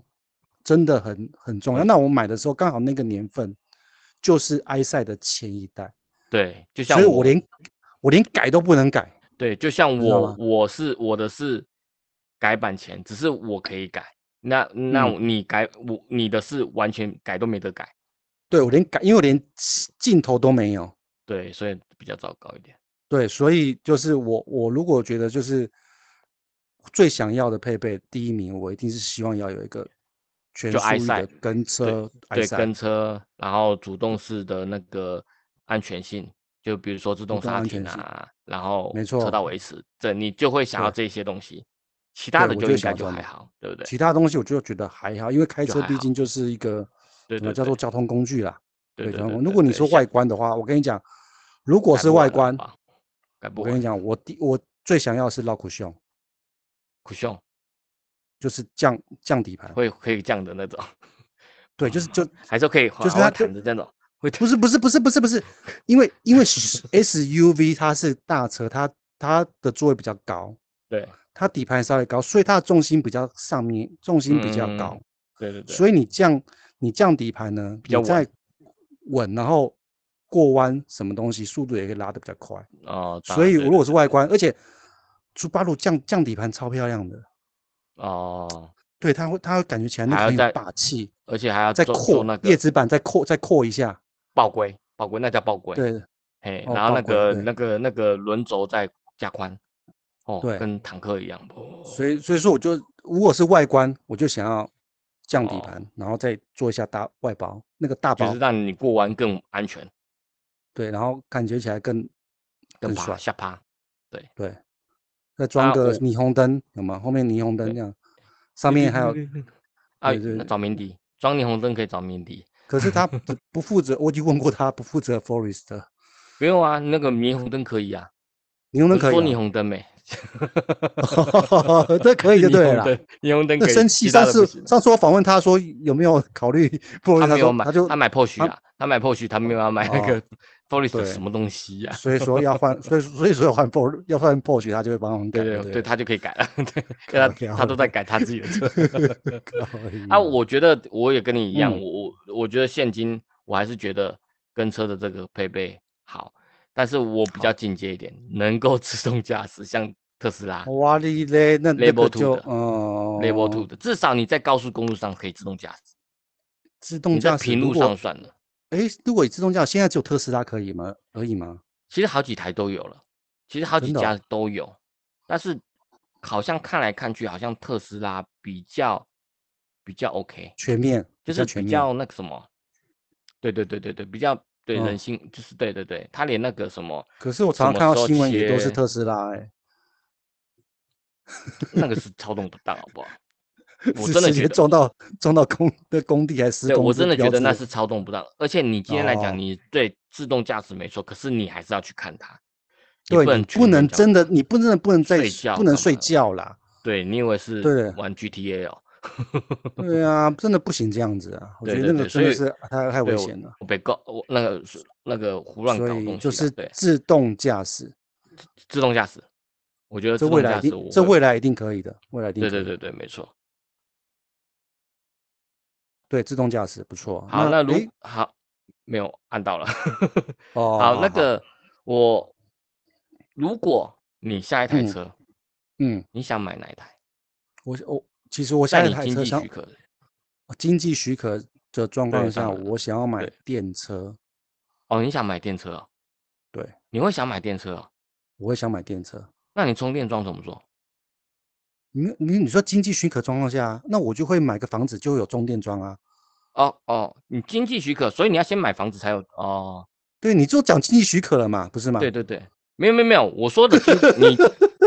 Speaker 2: 真的很很重要。
Speaker 1: 嗯
Speaker 2: 那我买的时候刚好那个年份就是埃塞的前一代，
Speaker 1: 对，就像
Speaker 2: 所以我连我连改都不能改。
Speaker 1: 对，就像
Speaker 2: 知道
Speaker 1: 我
Speaker 2: 吗
Speaker 1: 我是我的是改版前，只是我可以改。那那
Speaker 2: 嗯
Speaker 1: 你改我你的是完全改都没得改，
Speaker 2: 对我连改，因为我连镜头都没有。
Speaker 1: 对，所以比较糟糕一点。
Speaker 2: 对，所以就是我我如果觉得就是最想要的配备，第一名我一定是希望要有一个全
Speaker 1: 就
Speaker 2: 速
Speaker 1: 埃
Speaker 2: 域
Speaker 1: 塞
Speaker 2: 的跟车
Speaker 1: 对，
Speaker 2: 塞
Speaker 1: 跟车，然后主动式的那个安全性，就比如说自动
Speaker 2: 动
Speaker 1: 刹
Speaker 2: 安
Speaker 1: 停
Speaker 2: 全性
Speaker 1: 啊，然后
Speaker 2: 没
Speaker 1: 车
Speaker 2: 错
Speaker 1: 道维持，这你就会想要这些东西，其他的
Speaker 2: 对我
Speaker 1: 就
Speaker 2: 就
Speaker 1: 应
Speaker 2: 想
Speaker 1: 该
Speaker 2: 要
Speaker 1: 就
Speaker 2: 这样
Speaker 1: 还
Speaker 2: 的
Speaker 1: 好，对不对？
Speaker 2: 其他东西我就觉得还好，因为开
Speaker 1: 就
Speaker 2: 车
Speaker 1: 还
Speaker 2: 毕
Speaker 1: 好
Speaker 2: 竟就是一个
Speaker 1: 对
Speaker 2: 怎么
Speaker 1: 对
Speaker 2: 叫
Speaker 1: 对
Speaker 2: 做交通工具啦，
Speaker 1: 对
Speaker 2: 交
Speaker 1: 对
Speaker 2: 通
Speaker 1: 对
Speaker 2: 工具。如
Speaker 1: 对
Speaker 2: 果你
Speaker 1: 对
Speaker 2: 说
Speaker 1: 像
Speaker 2: 外观的话，我跟你讲，如果
Speaker 1: 改
Speaker 2: 是
Speaker 1: 不
Speaker 2: 外
Speaker 1: 完了
Speaker 2: 观，
Speaker 1: 吧，改不
Speaker 2: 我跟
Speaker 1: 完
Speaker 2: 你。讲，我第我最想要的是 l o c u s i o n
Speaker 1: 酷炫
Speaker 2: 就是降降底盘，
Speaker 1: 会可以降的那种，
Speaker 2: 对，就是就
Speaker 1: 还是可以
Speaker 2: 就
Speaker 1: 滑
Speaker 2: 是它
Speaker 1: 滑
Speaker 2: 就
Speaker 1: 弹的那种，会弹
Speaker 2: 不是不是不是不是不是，因为因
Speaker 1: *laughs*
Speaker 2: 为 S- SUV 它是大车，它它的座位比较高，
Speaker 1: 对
Speaker 2: 它底盘稍微高，所以它的重心比较上面，重心比较高，
Speaker 1: 嗯对对对，
Speaker 2: 所以你降你降底盘呢，
Speaker 1: 较
Speaker 2: 你在稳，然后过弯什么东西速度也可以拉得比较快。
Speaker 1: 哦，当
Speaker 2: 所
Speaker 1: 然
Speaker 2: 以
Speaker 1: 对
Speaker 2: 如
Speaker 1: 对
Speaker 2: 果是外观，而且苏巴鲁降降底盘超漂亮的，
Speaker 1: 哦，
Speaker 2: 对，它会它会感觉起来那
Speaker 1: 还
Speaker 2: 个
Speaker 1: 要
Speaker 2: 很有
Speaker 1: 再
Speaker 2: 霸气，
Speaker 1: 而且还要
Speaker 2: 再
Speaker 1: 做做
Speaker 2: 扩
Speaker 1: 那
Speaker 2: 叶
Speaker 1: 个
Speaker 2: 子板再扩再扩一下，
Speaker 1: 爆龟，爆龟那叫爆龟，
Speaker 2: 对
Speaker 1: 嘿，
Speaker 2: 哦
Speaker 1: 然后
Speaker 2: 爆
Speaker 1: 那
Speaker 2: 龟
Speaker 1: 个
Speaker 2: 对
Speaker 1: 那个那个轮轴再加宽，哦
Speaker 2: 对，
Speaker 1: 跟坦克一样，哦
Speaker 2: 所以所以说我就如果是外观，我就想要降底
Speaker 1: 哦
Speaker 2: 盘，然后再做一下大外包那个大
Speaker 1: 就
Speaker 2: 包
Speaker 1: 是，让你过弯更安全，
Speaker 2: 对，然后感觉起来更
Speaker 1: 更
Speaker 2: 更帅
Speaker 1: 趴，下趴，对
Speaker 2: 对，再装
Speaker 1: 啊
Speaker 2: 个
Speaker 1: 我
Speaker 2: 霓虹灯，有吗？后面霓虹灯
Speaker 1: 对
Speaker 2: 这样，上面还有，
Speaker 1: 啊，
Speaker 2: 对对
Speaker 1: 那
Speaker 2: 对
Speaker 1: 找鸣笛，装霓虹灯可以找鸣笛，
Speaker 2: 可是他不不负责，我已经问过他不负责 Forest，
Speaker 1: 不用啊，那个霓虹灯可以啊，
Speaker 2: 霓
Speaker 1: 我
Speaker 2: 虹灯
Speaker 1: 是
Speaker 2: 可以
Speaker 1: 说
Speaker 2: 哦，
Speaker 1: 霓虹灯没？
Speaker 2: *laughs* 这
Speaker 1: *laughs*
Speaker 2: 可以就对
Speaker 1: 霓虹
Speaker 2: 了啦。
Speaker 1: 灯，霓虹灯
Speaker 2: 那
Speaker 1: 可以，
Speaker 2: 生气，
Speaker 1: 其他
Speaker 2: 上
Speaker 1: 的
Speaker 2: 次
Speaker 1: 不行
Speaker 2: 上次我访问他说有没有考虑 *laughs* Forest，
Speaker 1: 他没有
Speaker 2: 说
Speaker 1: 买，
Speaker 2: 他就
Speaker 1: 他买 POSH 啊，他买 POSH，他没有要买那
Speaker 2: 哦
Speaker 1: 个 Forest
Speaker 2: 对
Speaker 1: 什么东西呀？
Speaker 2: 所以说要换，所以所以说要换 p o 要换 p o s 他就会帮我们改，
Speaker 1: 对对
Speaker 2: 不
Speaker 1: 对，
Speaker 2: *laughs* 对，
Speaker 1: 他就可以改了， *laughs* 对，因为
Speaker 2: 可以
Speaker 1: 他
Speaker 2: 啊
Speaker 1: 他都在改他自己的车。
Speaker 2: 可以
Speaker 1: 啊，我觉得我也跟你一样，
Speaker 2: 嗯
Speaker 1: 我我我觉得现今我还是觉得跟车的这个配备好，但是我比较进阶一点，能够自动驾驶，像特斯拉、
Speaker 2: 哇哩嘞，那那
Speaker 1: Level
Speaker 2: 个
Speaker 1: two
Speaker 2: 就
Speaker 1: 的
Speaker 2: 嗯
Speaker 1: Level Two 的，至少你在高速公路上可以自动驾驶，
Speaker 2: 自动
Speaker 1: 你在
Speaker 2: 驾驶，
Speaker 1: 平
Speaker 2: 如
Speaker 1: 路
Speaker 2: 果
Speaker 1: 上算了，
Speaker 2: 诶，如果以自动驾驶，现在只有特斯拉可以吗？可以吗？
Speaker 1: 其实好几台都有了，其实好几
Speaker 2: 真的哦
Speaker 1: 家都有，但是好像看来看去，好像特斯拉比较比较 OK，
Speaker 2: 全面
Speaker 1: 就
Speaker 2: 比较
Speaker 1: 是
Speaker 2: 全
Speaker 1: 比
Speaker 2: 面
Speaker 1: 较那个什么，对对对对对，比较对
Speaker 2: 嗯
Speaker 1: 人性，就是对对对，他连那个什么，
Speaker 2: 可是我
Speaker 1: 什
Speaker 2: 常
Speaker 1: 么
Speaker 2: 常看
Speaker 1: 时
Speaker 2: 到
Speaker 1: 候
Speaker 2: 新闻也都
Speaker 1: 切
Speaker 2: 是特斯拉、欸，
Speaker 1: 那个是操纵不当，好不好？我
Speaker 2: 是
Speaker 1: 真的
Speaker 2: 直
Speaker 1: 觉
Speaker 2: 接
Speaker 1: 得
Speaker 2: 撞到撞到工的工地还是施
Speaker 1: 对
Speaker 2: 工
Speaker 1: 我
Speaker 2: 之
Speaker 1: 真的觉
Speaker 2: 标
Speaker 1: 得
Speaker 2: 志
Speaker 1: 那
Speaker 2: 的
Speaker 1: 是操纵不当，而且你今天来
Speaker 2: 哦
Speaker 1: 讲，你对自动驾驶没错，可是你还是要去看它，你
Speaker 2: 对，
Speaker 1: 不能
Speaker 2: 你不
Speaker 1: 全
Speaker 2: 能
Speaker 1: 然交
Speaker 2: 真的，
Speaker 1: 给它
Speaker 2: 你不能不能再
Speaker 1: 睡觉
Speaker 2: 不能
Speaker 1: 干嘛
Speaker 2: 睡
Speaker 1: 的
Speaker 2: 觉啦，
Speaker 1: 对你以为是
Speaker 2: 对
Speaker 1: 玩 GTA 哦，
Speaker 2: 对啊，真的不行这样子啊，我
Speaker 1: 对
Speaker 2: 觉
Speaker 1: 对
Speaker 2: 得那
Speaker 1: 对
Speaker 2: 个
Speaker 1: 所
Speaker 2: 真的
Speaker 1: 以
Speaker 2: 是太太
Speaker 1: 对
Speaker 2: 危
Speaker 1: 我
Speaker 2: 险了，
Speaker 1: 我被告我那个是那个胡乱搞
Speaker 2: 所
Speaker 1: 东西
Speaker 2: 以
Speaker 1: 啦，
Speaker 2: 就是
Speaker 1: 对
Speaker 2: 自动驾驶，
Speaker 1: 自动驾驶，我觉得
Speaker 2: 这
Speaker 1: 自
Speaker 2: 未
Speaker 1: 动
Speaker 2: 来
Speaker 1: 驾
Speaker 2: 一
Speaker 1: 驶我
Speaker 2: 定这
Speaker 1: 会
Speaker 2: 未来一定可以的，未来一定
Speaker 1: 对
Speaker 2: 可
Speaker 1: 对
Speaker 2: 以
Speaker 1: 对对没错。
Speaker 2: 对自动驾驶不错，
Speaker 1: 好，那如
Speaker 2: 诶
Speaker 1: 好没有按到了，
Speaker 2: 哦
Speaker 1: 好那个我如果你下一台
Speaker 2: 嗯
Speaker 1: 车。
Speaker 2: 嗯，
Speaker 1: 你想买哪一台？
Speaker 2: 我我其实我
Speaker 1: 在
Speaker 2: 下一
Speaker 1: 你
Speaker 2: 台
Speaker 1: 经
Speaker 2: 车
Speaker 1: 济
Speaker 2: 想
Speaker 1: 许可的
Speaker 2: 经济许可的状
Speaker 1: 对
Speaker 2: 况
Speaker 1: 当
Speaker 2: 下，
Speaker 1: 然了
Speaker 2: 我想要买
Speaker 1: 对
Speaker 2: 电车，
Speaker 1: 哦，你想买电车哦？
Speaker 2: 对，
Speaker 1: 你会想买电车哦？
Speaker 2: 我会想买电车。
Speaker 1: 那你充电桩怎么做？
Speaker 2: 你你你说经济许可状况下，那我就会买个房子，就有充电桩啊。
Speaker 1: 哦哦，你经济许可，所以你要先买房子才有哦。
Speaker 2: 对，你就讲经济许可了嘛，不是吗？
Speaker 1: 对对对，没有没有没有，我说的经你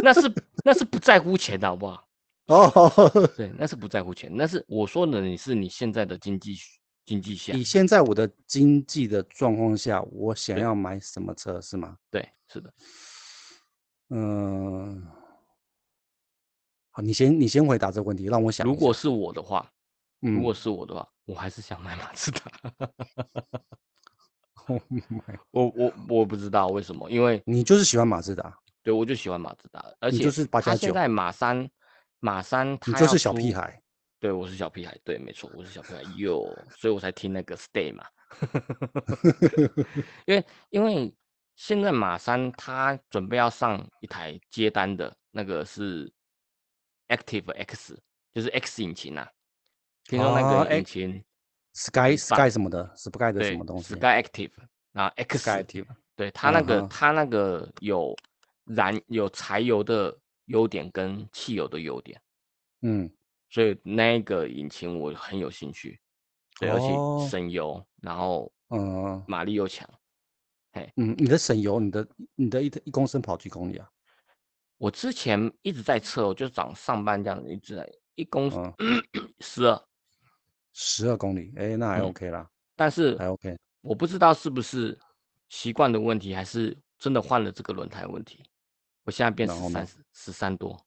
Speaker 1: 那是那是不在乎钱的好不好？
Speaker 2: 哦， *laughs*
Speaker 1: 对，那是不在乎钱，那是我说的你是你现在的经济许经济下
Speaker 2: 以，现在我的经济的状况下，我想
Speaker 1: 对
Speaker 2: 要买什么车是吗？
Speaker 1: 对，是的，
Speaker 2: 嗯，好，你先你先回答这个问题，让我想一
Speaker 1: 如
Speaker 2: 下
Speaker 1: 果是我的话，如
Speaker 2: 嗯，
Speaker 1: 果是我的话，我还是想买马自达。 *laughs*
Speaker 2: 我买
Speaker 1: 我我我不知道为什么，因为
Speaker 2: 你就是喜欢马自达，
Speaker 1: 对，我就喜欢马自达，而
Speaker 2: 你
Speaker 1: 且
Speaker 2: 就是八
Speaker 1: 他
Speaker 2: 加
Speaker 1: 现
Speaker 2: 九
Speaker 1: 在马三，马三他
Speaker 2: 你就
Speaker 1: 要
Speaker 2: 是小屁
Speaker 1: 出，
Speaker 2: 孩。
Speaker 1: 对我是小屁孩，对，没错，我是小屁孩哟，所以我才听那个 Stay 嘛， *laughs* 因为因为现在马三他准备要上一台接单的那个是 Active X，就是 X 引擎啊，听说那
Speaker 2: 哦
Speaker 1: 个
Speaker 2: ，Ac-
Speaker 1: 引擎、
Speaker 2: Sky
Speaker 1: 棒
Speaker 2: Sky 什么的，Sky 的什
Speaker 1: 对
Speaker 2: 么东西
Speaker 1: Sky Active 啊 X
Speaker 2: Sky Active
Speaker 1: 对它那个、
Speaker 2: 嗯哼
Speaker 1: 它那个有燃有柴油的优点跟汽油的优点，
Speaker 2: 嗯，
Speaker 1: 所以那一个引擎我很有兴趣。对，而
Speaker 2: 哦
Speaker 1: 且省油，然后
Speaker 2: 嗯
Speaker 1: 马力又强。
Speaker 2: 嗯，你的省油，你的你的一一公升跑几公里啊？
Speaker 1: 我之前一直在测，我就早上上班这样子一直在一公
Speaker 2: 嗯，
Speaker 1: 十二，
Speaker 2: 十二公里，哎，那还
Speaker 1: 嗯
Speaker 2: OK 啦，
Speaker 1: 但是
Speaker 2: 还 OK。
Speaker 1: 我不知道是不是习惯的问题，还是真的换了这个轮胎的问题。我现在变
Speaker 2: 然后
Speaker 1: 十
Speaker 2: 呢
Speaker 1: 三十三多，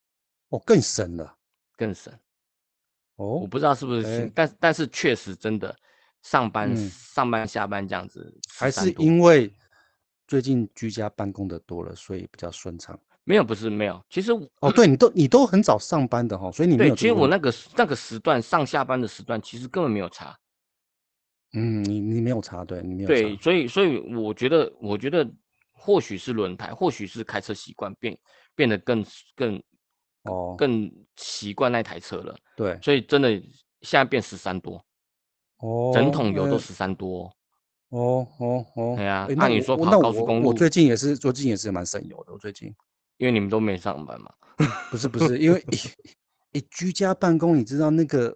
Speaker 2: 哦，更省了
Speaker 1: 更省。我
Speaker 2: 哦，
Speaker 1: 不知道是不是新，
Speaker 2: 哎
Speaker 1: 但但是确实真的，上班、
Speaker 2: 嗯
Speaker 1: 上班下班这样子13度，
Speaker 2: 还是因为最近居家办公的多了，所以比较顺畅。
Speaker 1: 没有不是没有，其实我
Speaker 2: 哦，对你都你都很早上班的哈，所以你没
Speaker 1: 对，
Speaker 2: 有
Speaker 1: 其
Speaker 2: 这
Speaker 1: 实
Speaker 2: 个
Speaker 1: 我
Speaker 2: 问题。
Speaker 1: 那个时那个时段上下班的时段其实根本没有差，
Speaker 2: 嗯，你你没有查，对你没有
Speaker 1: 对，
Speaker 2: 查。
Speaker 1: 所以所以我觉得我觉得或许是轮胎，或许是开车习惯变变得更更
Speaker 2: 哦，
Speaker 1: 更习惯那台车了，
Speaker 2: 对，
Speaker 1: 所以真的现在变十三多，
Speaker 2: 哦，
Speaker 1: 整桶油都
Speaker 2: 哎
Speaker 1: 十三多哦、
Speaker 2: 哦哦哦，
Speaker 1: 哎呀
Speaker 2: 诶
Speaker 1: 按
Speaker 2: 那
Speaker 1: 理
Speaker 2: 我
Speaker 1: 说
Speaker 2: 我
Speaker 1: 跑
Speaker 2: 那
Speaker 1: 高速
Speaker 2: 我
Speaker 1: 公
Speaker 2: 我
Speaker 1: 路
Speaker 2: 最近也是最近也是蛮省油的，我最近
Speaker 1: 因为你们都没上班嘛，
Speaker 2: 不是不是，
Speaker 1: *laughs*
Speaker 2: 因为你居家办公，你知道那个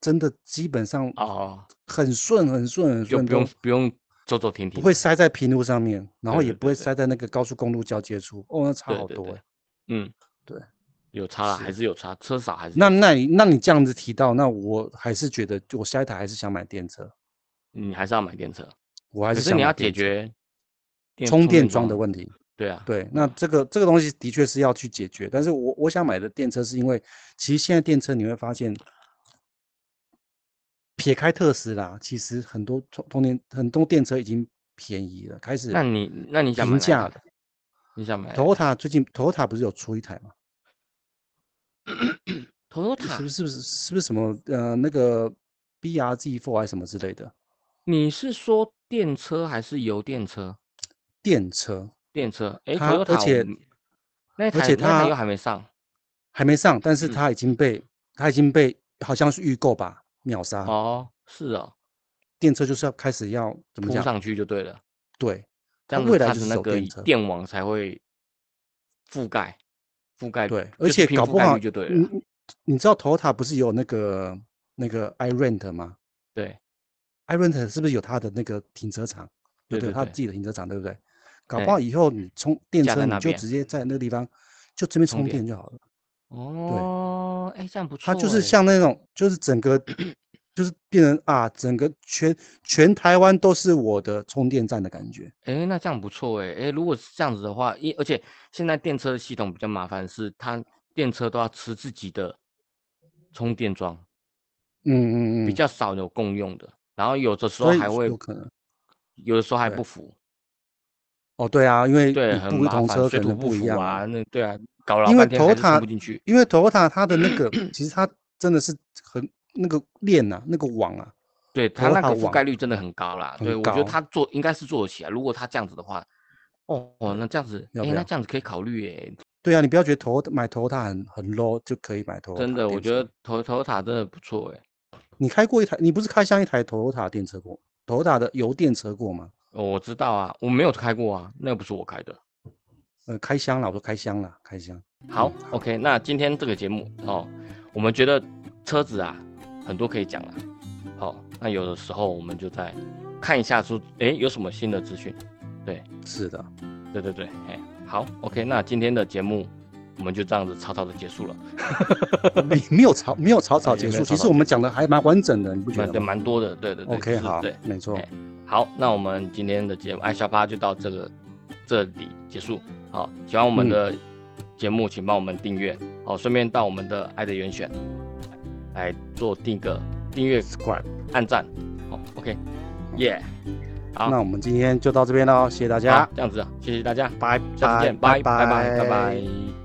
Speaker 2: 真的基本上
Speaker 1: 哦，
Speaker 2: 很顺很顺很
Speaker 1: 就
Speaker 2: 顺
Speaker 1: 不用
Speaker 2: 都
Speaker 1: 不用走走停
Speaker 2: 不
Speaker 1: 停，
Speaker 2: 会塞在平路上面，然后
Speaker 1: 对
Speaker 2: 也
Speaker 1: 对
Speaker 2: 不会
Speaker 1: 对对
Speaker 2: 塞在那个高速公路交界处。哦，那差
Speaker 1: 对
Speaker 2: 好
Speaker 1: 对
Speaker 2: 多
Speaker 1: 对
Speaker 2: 欸
Speaker 1: 嗯，
Speaker 2: 对，
Speaker 1: 有差了，
Speaker 2: 是
Speaker 1: 还是有差，车少还是
Speaker 2: 那那你那你这样子提到，那我还是觉得我下一台还是想买电车，
Speaker 1: 你还是要买电车，
Speaker 2: 我还
Speaker 1: 可是
Speaker 2: 想
Speaker 1: 你
Speaker 2: 买
Speaker 1: 要解
Speaker 2: 电车
Speaker 1: 决电
Speaker 2: 充电
Speaker 1: 桩
Speaker 2: 桩的问题。
Speaker 1: 对啊，
Speaker 2: 对，那这个这个东西的确是要去解决，但是我我想买的电车是因为，其实现在电车你会发现，撇开特斯拉，其实很多充充电很多电车已经便宜了，开始
Speaker 1: 那你那你想买哪
Speaker 2: 平
Speaker 1: 一
Speaker 2: 价
Speaker 1: 台？你想买
Speaker 2: Toyota 最近 Toyota 不是有出一台吗？是不
Speaker 1: Toyota？
Speaker 2: 是是不是是不是什么呃那个 BRZ4 还是什么之类的
Speaker 1: 你是说电车还是油电车？
Speaker 2: 电车？
Speaker 1: 电车，哎
Speaker 2: 它而
Speaker 1: ，Toyota，我
Speaker 2: 且
Speaker 1: 们那一
Speaker 2: 而
Speaker 1: 台那
Speaker 2: 且
Speaker 1: 一台
Speaker 2: 它
Speaker 1: 又还没上，
Speaker 2: 还没上，但是
Speaker 1: 嗯
Speaker 2: 它已经被它已经被好像是预购吧秒杀，
Speaker 1: 哦，是哦，
Speaker 2: 电车就是要开始要怎么
Speaker 1: 铺
Speaker 2: 讲？
Speaker 1: 上去就对了，
Speaker 2: 对，
Speaker 1: 这
Speaker 2: 它
Speaker 1: 样子
Speaker 2: 未来
Speaker 1: 它
Speaker 2: 就
Speaker 1: 的
Speaker 2: 是
Speaker 1: 那
Speaker 2: 走
Speaker 1: 个
Speaker 2: 电
Speaker 1: 以
Speaker 2: 车
Speaker 1: 电网才会覆盖覆盖，
Speaker 2: 对，
Speaker 1: 就
Speaker 2: 而
Speaker 1: 是
Speaker 2: 且
Speaker 1: 拼
Speaker 2: 搞
Speaker 1: 覆
Speaker 2: 不
Speaker 1: 盖
Speaker 2: 好嗯
Speaker 1: 率就对啊
Speaker 2: 你
Speaker 1: 了，
Speaker 2: 你你知道 Toyota 不是有那个那个 iRent 吗
Speaker 1: 对，
Speaker 2: ？iRent 是不是有它的那个停车场？
Speaker 1: 对
Speaker 2: 对，
Speaker 1: 对
Speaker 2: 它
Speaker 1: 对
Speaker 2: 自己的停车场，对不对？搞
Speaker 1: 哎
Speaker 2: 不好以后你充电
Speaker 1: 架
Speaker 2: 车，
Speaker 1: 在
Speaker 2: 你
Speaker 1: 那
Speaker 2: 就
Speaker 1: 边
Speaker 2: 直接在那个地方就这边
Speaker 1: 充
Speaker 2: 充
Speaker 1: 电
Speaker 2: 电就好了。
Speaker 1: 哦，哎，这样不错
Speaker 2: 它
Speaker 1: 哎，
Speaker 2: 就是像那种，就是整个就是变成啊，整个全全台湾都是我的充电站的感觉。
Speaker 1: 哎，那这样不错哎，哎，如果是这样子的话，一而且现在电车的系统比较麻烦，是它电车都要吃自己的充电桩，
Speaker 2: 嗯嗯嗯，
Speaker 1: 比较少有共用的，然后有的时候
Speaker 2: 所以
Speaker 1: 还会
Speaker 2: 有可能
Speaker 1: 有的时候还
Speaker 2: 对
Speaker 1: 不服，
Speaker 2: 哦，对啊，因为
Speaker 1: 对，
Speaker 2: 你
Speaker 1: 很
Speaker 2: 不
Speaker 1: 麻
Speaker 2: 同
Speaker 1: 烦，
Speaker 2: 车
Speaker 1: 水
Speaker 2: 可
Speaker 1: 土
Speaker 2: 能
Speaker 1: 不
Speaker 2: 一
Speaker 1: 服
Speaker 2: 样
Speaker 1: 啊，那对啊，搞了
Speaker 2: 因为
Speaker 1: 半天还是充
Speaker 2: Toyota
Speaker 1: 不进去，
Speaker 2: 因为 Toyota 它的那个其实它真的是很那个链呐、那个网啊，
Speaker 1: 对它那
Speaker 2: Toyota
Speaker 1: 个覆
Speaker 2: 网
Speaker 1: 盖率真的很高啦，
Speaker 2: 很
Speaker 1: 对我觉得
Speaker 2: 高
Speaker 1: 它做应该是做得起来，啊如果它这样子的话，哦哦，那这样子，
Speaker 2: 要
Speaker 1: 哎，
Speaker 2: 不
Speaker 1: 那
Speaker 2: 要
Speaker 1: 这样子可以考虑哎，
Speaker 2: 对啊，你不要觉得 Toyota 买 Toyota 很很 low 就可以买 Toyota
Speaker 1: 真的，我
Speaker 2: 电
Speaker 1: 觉
Speaker 2: 车
Speaker 1: 得头头塔真的不错哎，
Speaker 2: 你开过一台，你不是开箱一台 Toyota 电车过，Toyota 的油电车过吗？
Speaker 1: 哦我知道啊，我没有开过啊，那个不是我开的。
Speaker 2: 呃，开箱了，我说开箱了，开箱。
Speaker 1: 好，OK，那今天这个节目哦，我们觉得车子啊很多可以讲啊。好、那有的时候我们就再看一下说，诶，有什么新的资讯？
Speaker 2: 是的，
Speaker 1: 对对对，哎，好，OK，那今天的节目我们就这样子草草的结束了，
Speaker 2: *laughs* 没没有草没有草草
Speaker 1: 也
Speaker 2: 结
Speaker 1: 哎没有
Speaker 2: 束，
Speaker 1: 草
Speaker 2: 其
Speaker 1: 草
Speaker 2: 实我
Speaker 1: 结
Speaker 2: 们讲的还蛮完整的，你不觉
Speaker 1: 蛮
Speaker 2: 得
Speaker 1: 对
Speaker 2: 吗
Speaker 1: 蛮多的，对对对
Speaker 2: ？OK，
Speaker 1: 就是
Speaker 2: 好
Speaker 1: 对，，
Speaker 2: 没错
Speaker 1: 哎，好，那我们今天的节目爱沙发就到这个这里结束。好，喜欢我们
Speaker 2: 嗯
Speaker 1: 的节目，请帮我们订阅，好，顺便到我们的爱的严选来做订个订阅
Speaker 2: 怪。
Speaker 1: 按赞。好，OK，耶、好
Speaker 2: 那我们今天就到这边喽，谢谢大
Speaker 1: 好
Speaker 2: 家，
Speaker 1: 啊这样子，谢谢大家，
Speaker 2: 拜
Speaker 1: 下次
Speaker 2: 拜
Speaker 1: 见，拜
Speaker 2: 拜
Speaker 1: 拜拜拜。拜拜